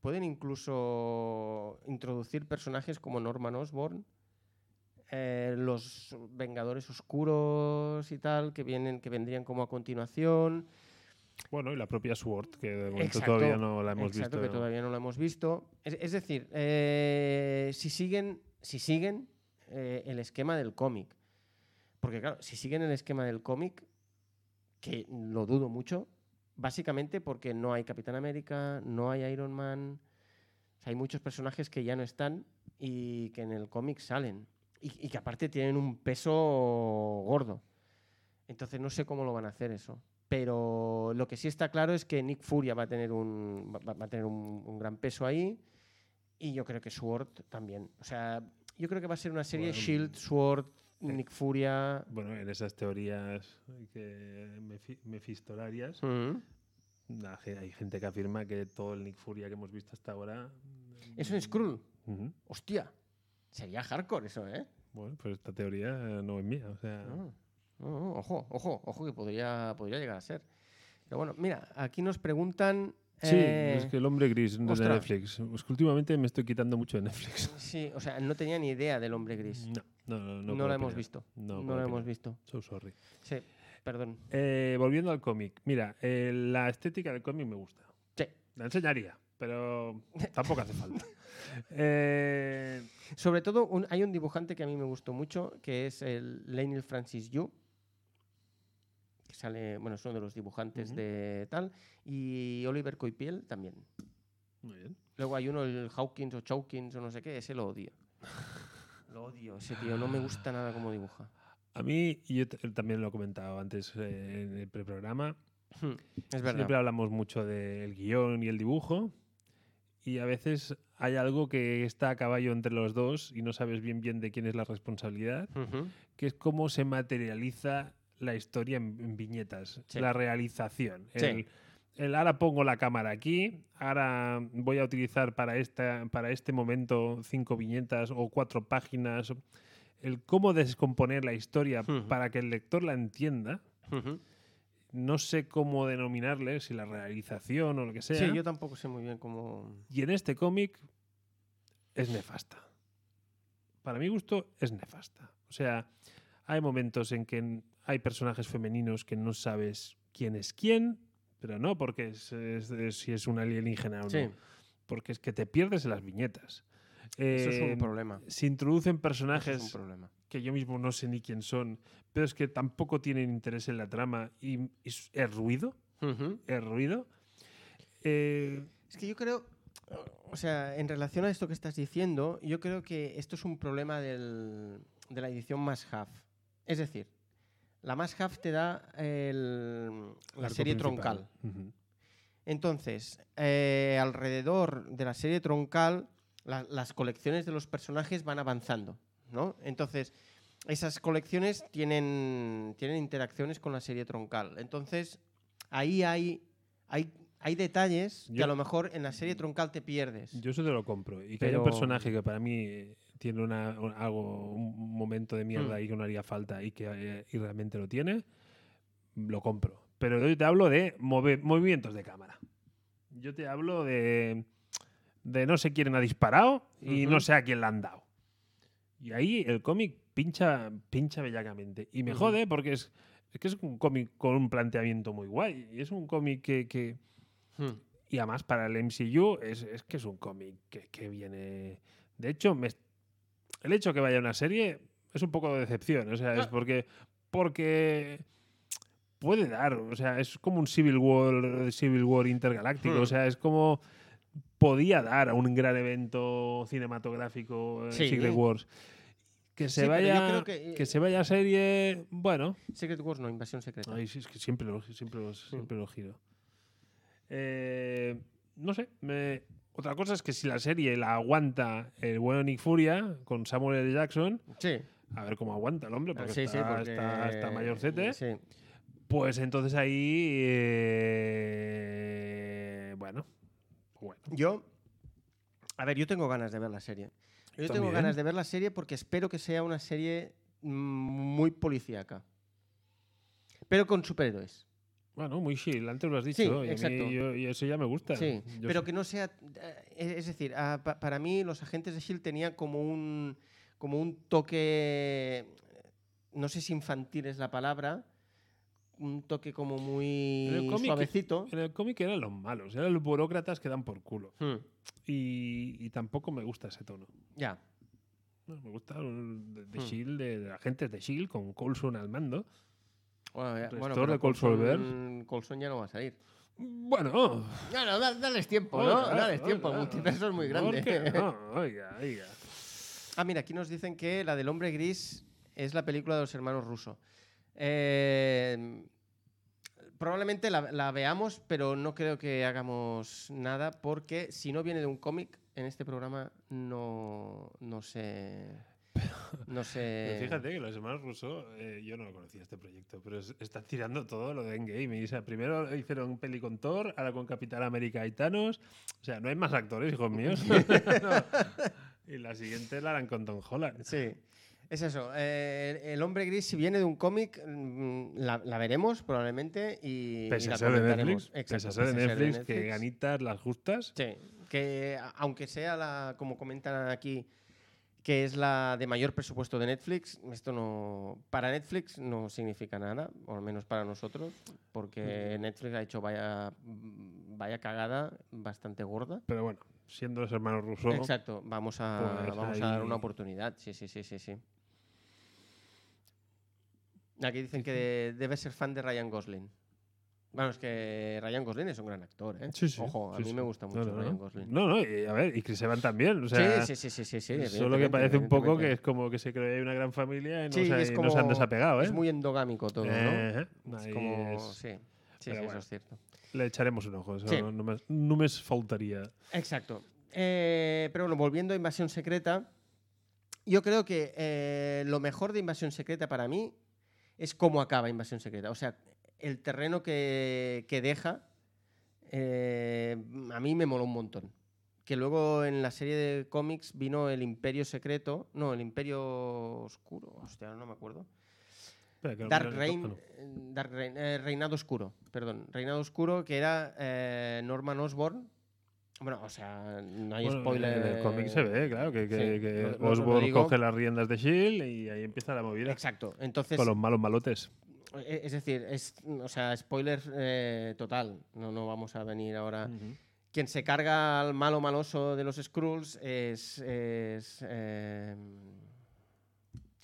pueden incluso introducir personajes como Norman Osborn, eh, los Vengadores Oscuros y tal, que, vienen, que vendrían como a continuación. bueno, y la propia Sword, que de momento Exacto, todavía no la hemos Exacto, que visto. todavía no lo hemos visto. Es, es decir, eh, si siguen, si siguen eh, el esquema del cómic, porque claro, si siguen el esquema del cómic, que lo dudo mucho, Básicamente porque no hay Capitán América, no hay Iron Man. O sea, hay muchos personajes que ya no están y que en el cómic salen. Y, y que aparte tienen un peso gordo. Entonces no sé cómo lo van a hacer eso. Pero lo que sí está claro es que Nick Furia va a tener un, va, va a tener un, un gran peso ahí. Y yo creo que Sword también. O sea, yo creo que va a ser una serie Bueno, Shield, Sword, eh. Nick Furia. Bueno, en esas teorías que mefi- mefistolarias, Mm. la ge- hay gente que afirma que todo el Nick Furia que hemos visto hasta ahora. mm, Eso es Skrull. Ujú. Hostia. Sería hardcore eso, ¿eh? Bueno, pues esta teoría eh, no es mía. O sea, No, Ah. no, no, ojo, ojo, ojo que podría, podría llegar a ser. Pero bueno, mira, aquí nos preguntan. Sí, eh, es que el hombre gris no es de ostras. Netflix. Es que últimamente me estoy quitando mucho de *laughs* Netflix. sí, o sea, no tenía ni idea del hombre gris. No, no, no, no No, puedo la hemos opinar. visto. No No, puedo la hemos opinar. visto. So sorry. Sí, perdón. Eh, volviendo al cómic. Mira, eh, la estética del cómic me gusta. Sí. La enseñaría, *laughs* pero tampoco hace falta. Eh, Sobre todo, un- hay un dibujante que a mí me gustó mucho, que es el Lionel Francis Yu, que sale, bueno, es uno de los dibujantes Ujú. de tal, y Oliver Coipiel también. muy bien. Luego hay uno, el Hawkins o Chawkins o no sé qué, ese lo *laughs* odio. Lo odio, ese tío, no me gusta nada cómo dibuja. A mí, y yo t- también lo he comentado antes eh, en el preprograma, Es siempre verdad. hablamos mucho del guión y el dibujo. Y a veces hay algo que está a caballo entre los dos y no sabes bien bien de quién es la responsabilidad, Ujú. que es cómo se materializa la historia en, en viñetas, Sí. la realización. Sí. El, el ahora pongo la cámara aquí, ahora voy a utilizar para, esta, para este momento cinco viñetas o cuatro páginas. El cómo descomponer la historia Ujú. para que el lector la entienda. Ujú. No sé cómo denominarle, si la realización o lo que sea. Sí, yo tampoco sé muy bien cómo. Y en este cómic es nefasta. Para mi gusto es nefasta. O sea, hay momentos en que n- hay personajes femeninos que no sabes quién es quién, pero no porque es, es- es- si es un alienígena o no. Sí, Porque es que te pierdes en las viñetas. eso es Eh, un problema. Eso Se introducen es un personajes problema. que yo mismo no sé ni quién son, pero es que tampoco tienen interés en la trama y, y es es ruido, Ujú. es ruido. Eh, Es que yo creo, o sea, en relación a esto que estás diciendo, yo creo que esto es un problema del- de la edición más half. Es decir, la más half te da el- la arco serie principal. troncal. Ujú. Entonces, eh, alrededor de la serie troncal, la- las colecciones de los personajes van avanzando, ¿no? Entonces, esas colecciones tienen, tienen interacciones con la serie troncal. Entonces, ahí hay, hay, hay detalles que Yo- a lo mejor en la serie troncal te pierdes. Yo eso te lo compro. Y que haya un Pero- personaje que para mí eh, tiene una, un- algo, un momento de mierda Mm. y que no haría falta y que eh, y realmente lo tiene, lo compro. Pero yo te hablo de move- movimientos de cámara. Yo te hablo de, de no sé quién ha disparado y Ujú. no sé a quién le han dado. Y ahí el cómic pincha, pincha bellacamente. Y me Ujú. jode porque es, es que es un cómic con un planteamiento muy guay. Y es un cómic que- que, Hmm. y además para el MCU es, es que es un cómic que, que viene. De hecho, me- el hecho que vaya una serie es un poco de decepción. O sea, es Ah. porque. Porque puede dar. O sea, es como un Civil War, Civil War intergaláctico. Hmm. O sea, es como. Podía dar a un gran evento cinematográfico eh, Sí. Secret Wars. Que se Sí, pero yo vaya. creo que, eh, que se vaya a serie. Bueno. Secret Wars no, Invasión Secreta. Ay, sí, es que siempre lo, siempre lo- siempre lo giro. Eh, no sé. me- otra cosa es que si la serie la aguanta el bueno Nick Furia con Samuel L. Jackson, Sí, a ver cómo aguanta el hombre, porque, sí, sí, está, porque- está- está mayorcete, Sí. pues entonces ahí. eh, bueno. Bueno. Yo, a ver, yo tengo ganas de ver la serie. Yo, Yo tengo también. ganas de ver la serie porque espero que sea una serie mm, muy policíaca. Pero con superhéroes. Bueno, muy chill, antes lo has dicho. Sí, y a mí- exacto. yo- y eso ya me gusta. Sí, Yo pero sé- que no sea. eh, Es es decir, ah, pa- para mí, los agentes de Shield E tenían como un, como un toque. No sé si infantil es la palabra. Un toque como En el muy cómic- suavecito. En el cómic eran los malos, eran los burócratas que dan por culo. Hmm, Y- y tampoco me gusta ese tono. ya. No, me gusta el de, de Hmm. Shield, de, de agentes de Shield con Coulson al mando. Bueno, ya- Restore bueno, pero de Coulson Verse. Coulson ya no va a salir. Bueno, Claro, da- dales tiempo, Hola, ¿no? Dales hola. tiempo, el multiverso es muy grande. ¿Por qué *laughs* no? Oiga, oiga. Ah, mira, aquí nos dicen que la del hombre gris es la película de los hermanos rusos. probablemente la, la veamos, pero no creo que hagamos nada porque si no viene de un cómic, en este programa no, no sé. No sé. Pero fíjate que los hermanos Russo, eh, yo no conocía este proyecto, pero es- están tirando todo lo de Endgame. Y, o sea, primero hicieron peli con Thor, ahora con Capitán América y Thanos. O sea, no hay más actores, hijos *laughs* míos. *laughs* No. Y la siguiente la harán con Tom Holland. Sí. Es eso. eh, el hombre gris, si viene de un cómic, mm, la, la veremos probablemente y. y Pese la a ser de comentaremos. Netflix, pese Exacto, a ser de pese a ser de Netflix, que Netflix. ganitas las justas. Sí, que a- aunque sea la, como comentan aquí, que es la de mayor presupuesto de Netflix, esto no para Netflix no significa nada, o al menos para nosotros, Mm. porque Netflix ha hecho vaya, vaya cagada bastante gorda. Pero bueno, siendo los hermanos Russo, Exacto, vamos a, Pues vamos a dar una ahí- oportunidad, sí, sí, sí, sí, sí. Aquí dicen que de- debe ser fan de Ryan Gosling. Bueno, es que Ryan Gosling es un gran actor, ¿eh? Sí, sí, Ojo, a sí, mí sí. me gusta No, mucho no, Ryan no. Gosling. No, no, y a ver, y Chris Evans también. O sea, sí, sí, sí, sí, sí, sí. Solo que evidentemente, parece un poco que es evidentemente. como que se creó una gran familia y no, Sí, se, es y no se han como- desapegado, ¿eh? Es muy endogámico todo, ¿no? Ajá, Es Eh, ahí como... es. Sí, sí, sí, Pero eso bueno. es cierto. Le echaremos un ojo, eso Sí. no, me, no me faltaría. Exacto. Eh, pero bueno, volviendo a Invasión Secreta, yo creo que eh, lo mejor de Invasión Secreta para mí es cómo acaba Invasión Secreta. O sea, el terreno que, que deja eh, a mí me moló un montón. Que luego en la serie de cómics vino el Imperio Secreto, no, el Imperio Oscuro, hostia, ahora no me acuerdo. Espera, que lo Dark miro en el Reign, teléfono. eh, Dark Reign- eh, Reinado Oscuro, perdón, Reinado Oscuro, que era eh, Norman Osborn. Bueno, o sea, no hay Bueno, spoiler. En el cómic se ve, claro, que, que, Sí, que lo- lo- lo Osborn digo. coge las riendas de Shield y ahí empieza la movida Exacto. Entonces, con los malos malotes. e- es decir, es, o sea, spoiler eh, total. No, no vamos a venir ahora. Ujú. Quien se carga al malo maloso de los Skrulls es. es eh,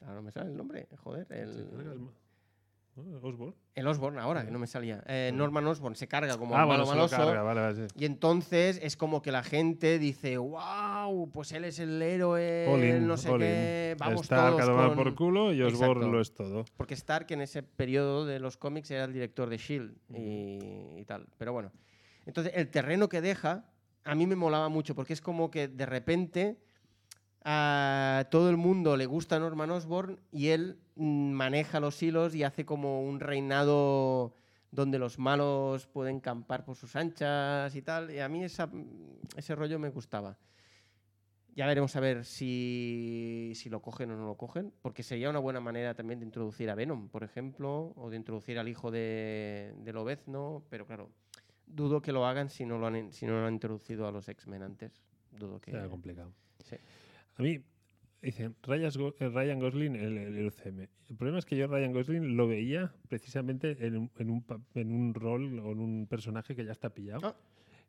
ahora no me sale el nombre, joder. Se carga El, el ma- Ah, Osborn. el Osborn, ahora, que no me salía. Eh, Norman Osborn se carga como Mm. ah, al malo bueno, se lo maloso. carga, vale, vale, sí. Y entonces es como que la gente dice, wow, pues él es el héroe, All in, no sé all qué, in. vamos Está todos cada uno con-". por culo y Osborn Exacto. lo es todo. Porque Stark en ese periodo de los cómics era el director de S.H.I.E.L.D. E y, y tal, pero bueno. Entonces el terreno que deja a mí me molaba mucho porque es como que de repente a todo el mundo le gusta Norman Osborn y él mm, maneja los hilos y hace como un reinado donde los malos pueden campar por sus anchas y tal. Y a mí esa- ese rollo me gustaba. Ya veremos a ver si, si lo cogen o no lo cogen, porque sería una buena manera también de introducir a Venom, por ejemplo, o de introducir al hijo de, de Lobezno, pero claro, dudo que lo hagan si no lo han, in- si no lo han introducido a los X-Men antes. Dudo que... Era complicado. Sí. A mí, dicen, Ryan Go- eh, Ryan Gosling, el, el- el UCM. El problema es que yo a Ryan Gosling lo veía precisamente en, un- en un, pa- en un rol o en un personaje que ya está pillado, Ah.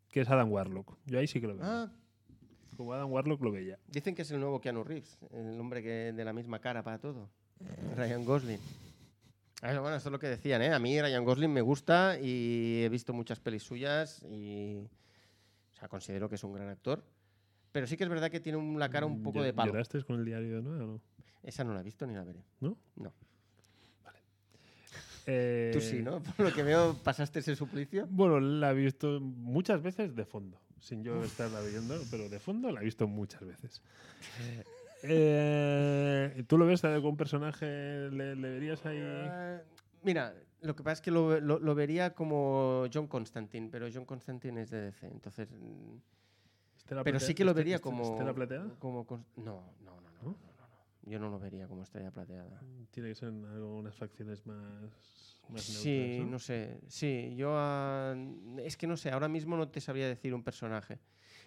que es Adam Warlock. Yo ahí sí que lo veo. Ah, Como Adam Warlock lo veía. dicen que es el nuevo Keanu Reeves, el hombre que de la misma cara para todo. Ryan Gosling. Ah, bueno, eso es lo que decían, ¿eh? A mí Ryan Gosling me gusta y he visto muchas pelis suyas y... O sea, considero que es un gran actor. Pero sí que es verdad que tiene un- la cara un poco Ll- de palo. Mm, ¿Lloraste con el diario de Noa o no? Esa no la he visto ni la veré. ¿No? No. Eh, Tú sí, ¿no? *laughs* Por lo que veo, pasaste ese suplicio. Bueno, la he visto muchas veces de fondo, sin yo estarla viendo, pero de fondo la he visto muchas *laughs* veces. Eh, ¿Tú lo ves a algún personaje? ¿Le, le verías ahí? Eh, Mira, lo que pasa es que lo, lo- lo vería como John Constantine, pero John Constantine es de DC, entonces... mm, Estela Pero Platea- sí que lo Este- vería este- como... ¿Estela plateada? Como cons- no, no, no, no, ¿No? no, no, no. Yo no lo vería como estrella plateada. Tiene que ser en algo- unas facciones más, más Sí, neutras, ¿no? ¿no? sé. Sí, yo a- es que no sé, ahora mismo no te sabría decir un personaje,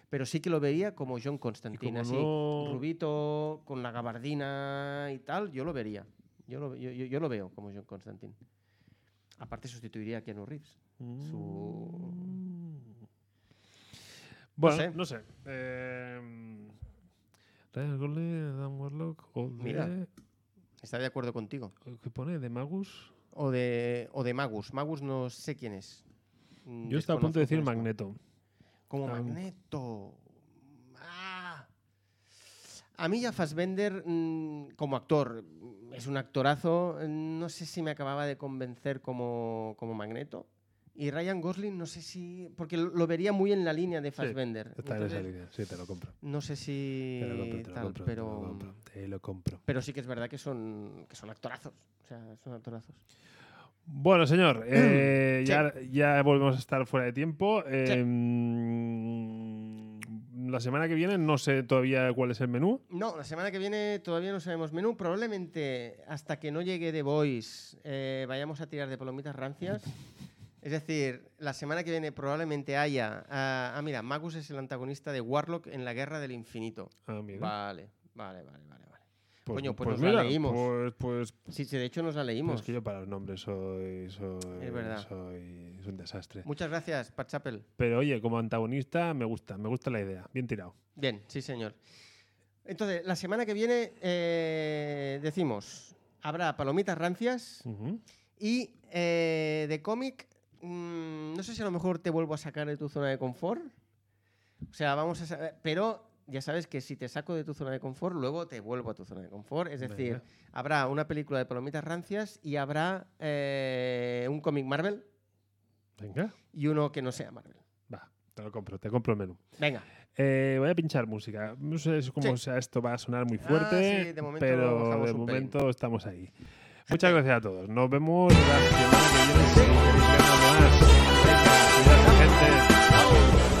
pero sí que lo vería como John Y Constantine, como así, no- rubito, con la gabardina y tal, yo lo vería. Yo lo, yo, yo- yo lo veo como John Constantine. Aparte sustituiría a Keanu Reeves. su- Mm. Bueno, no sé. sé. Eh, Ryan Gosling, Adam Warlock o de- Mira. ¿Está de acuerdo contigo? ¿Qué pone? ¿De Magus? O de, o de Magus. Magus no sé quién es. mm, Yo estaba a punto de decir desconozco cómo es. Magneto. Como Ah. Magneto. Ah. A mí ya Fassbender, mm, como actor, mm, es un actorazo. No sé si me acababa de convencer como, como Magneto. Y Ryan Gosling, no sé si... Porque lo- lo vería muy en la línea de Fassbender. Está en esa Entonces, línea. Sí, te lo compro. No sé si... Te lo compro, te lo tal, compro. Te lo pero, compro. Te lo compro. pero sí que es verdad que son, que son actorazos. O sea, son actorazos. Bueno, *clears throat* señor, eh, Sí. ya, ya volvemos a estar fuera de tiempo. Eh, mm, La semana que viene no sé todavía cuál es el menú. No, la semana que viene todavía no sabemos menú. Probablemente hasta que no llegue The Voice eh, vayamos a tirar de *laughs* palomitas rancias. Es decir, la semana que viene probablemente haya. ah, ah, mira, Magus es el antagonista de Warlock en la Guerra del Infinito. Ah, mira. Vale, vale, vale, vale. vale. Pues- coño, pues pues nos la mira, leímos. Pues, pues- Sí, sí, de hecho nos la pues leímos. es que yo para los nombres soy, soy, Es verdad. soy- es un desastre. Muchas gracias, Pat Chapel. Pero oye, como antagonista me gusta, me gusta la idea. Bien tirado. Bien, sí, señor. Entonces, la semana que viene eh, decimos: habrá palomitas rancias. Ujú. Y eh, de cómic, mm, no sé si a lo mejor te vuelvo a sacar de tu zona de confort. O sea, vamos a saber. Pero ya sabes que si te saco de tu zona de confort, luego te vuelvo a tu zona de confort. Es decir, Venga. habrá una película de palomitas rancias y habrá eh, un cómic Marvel Venga, y uno que no sea Marvel. va, te lo compro, te compro el menú. Venga. Eh, voy a pinchar música. No sé si- cómo Sí. sea esto, va a sonar muy Ah, fuerte, sí, de momento pero bajamos de un pelín. momento estamos ahí. Muchas gracias a todos. Nos vemos la semana que viene. Cuídate, gente.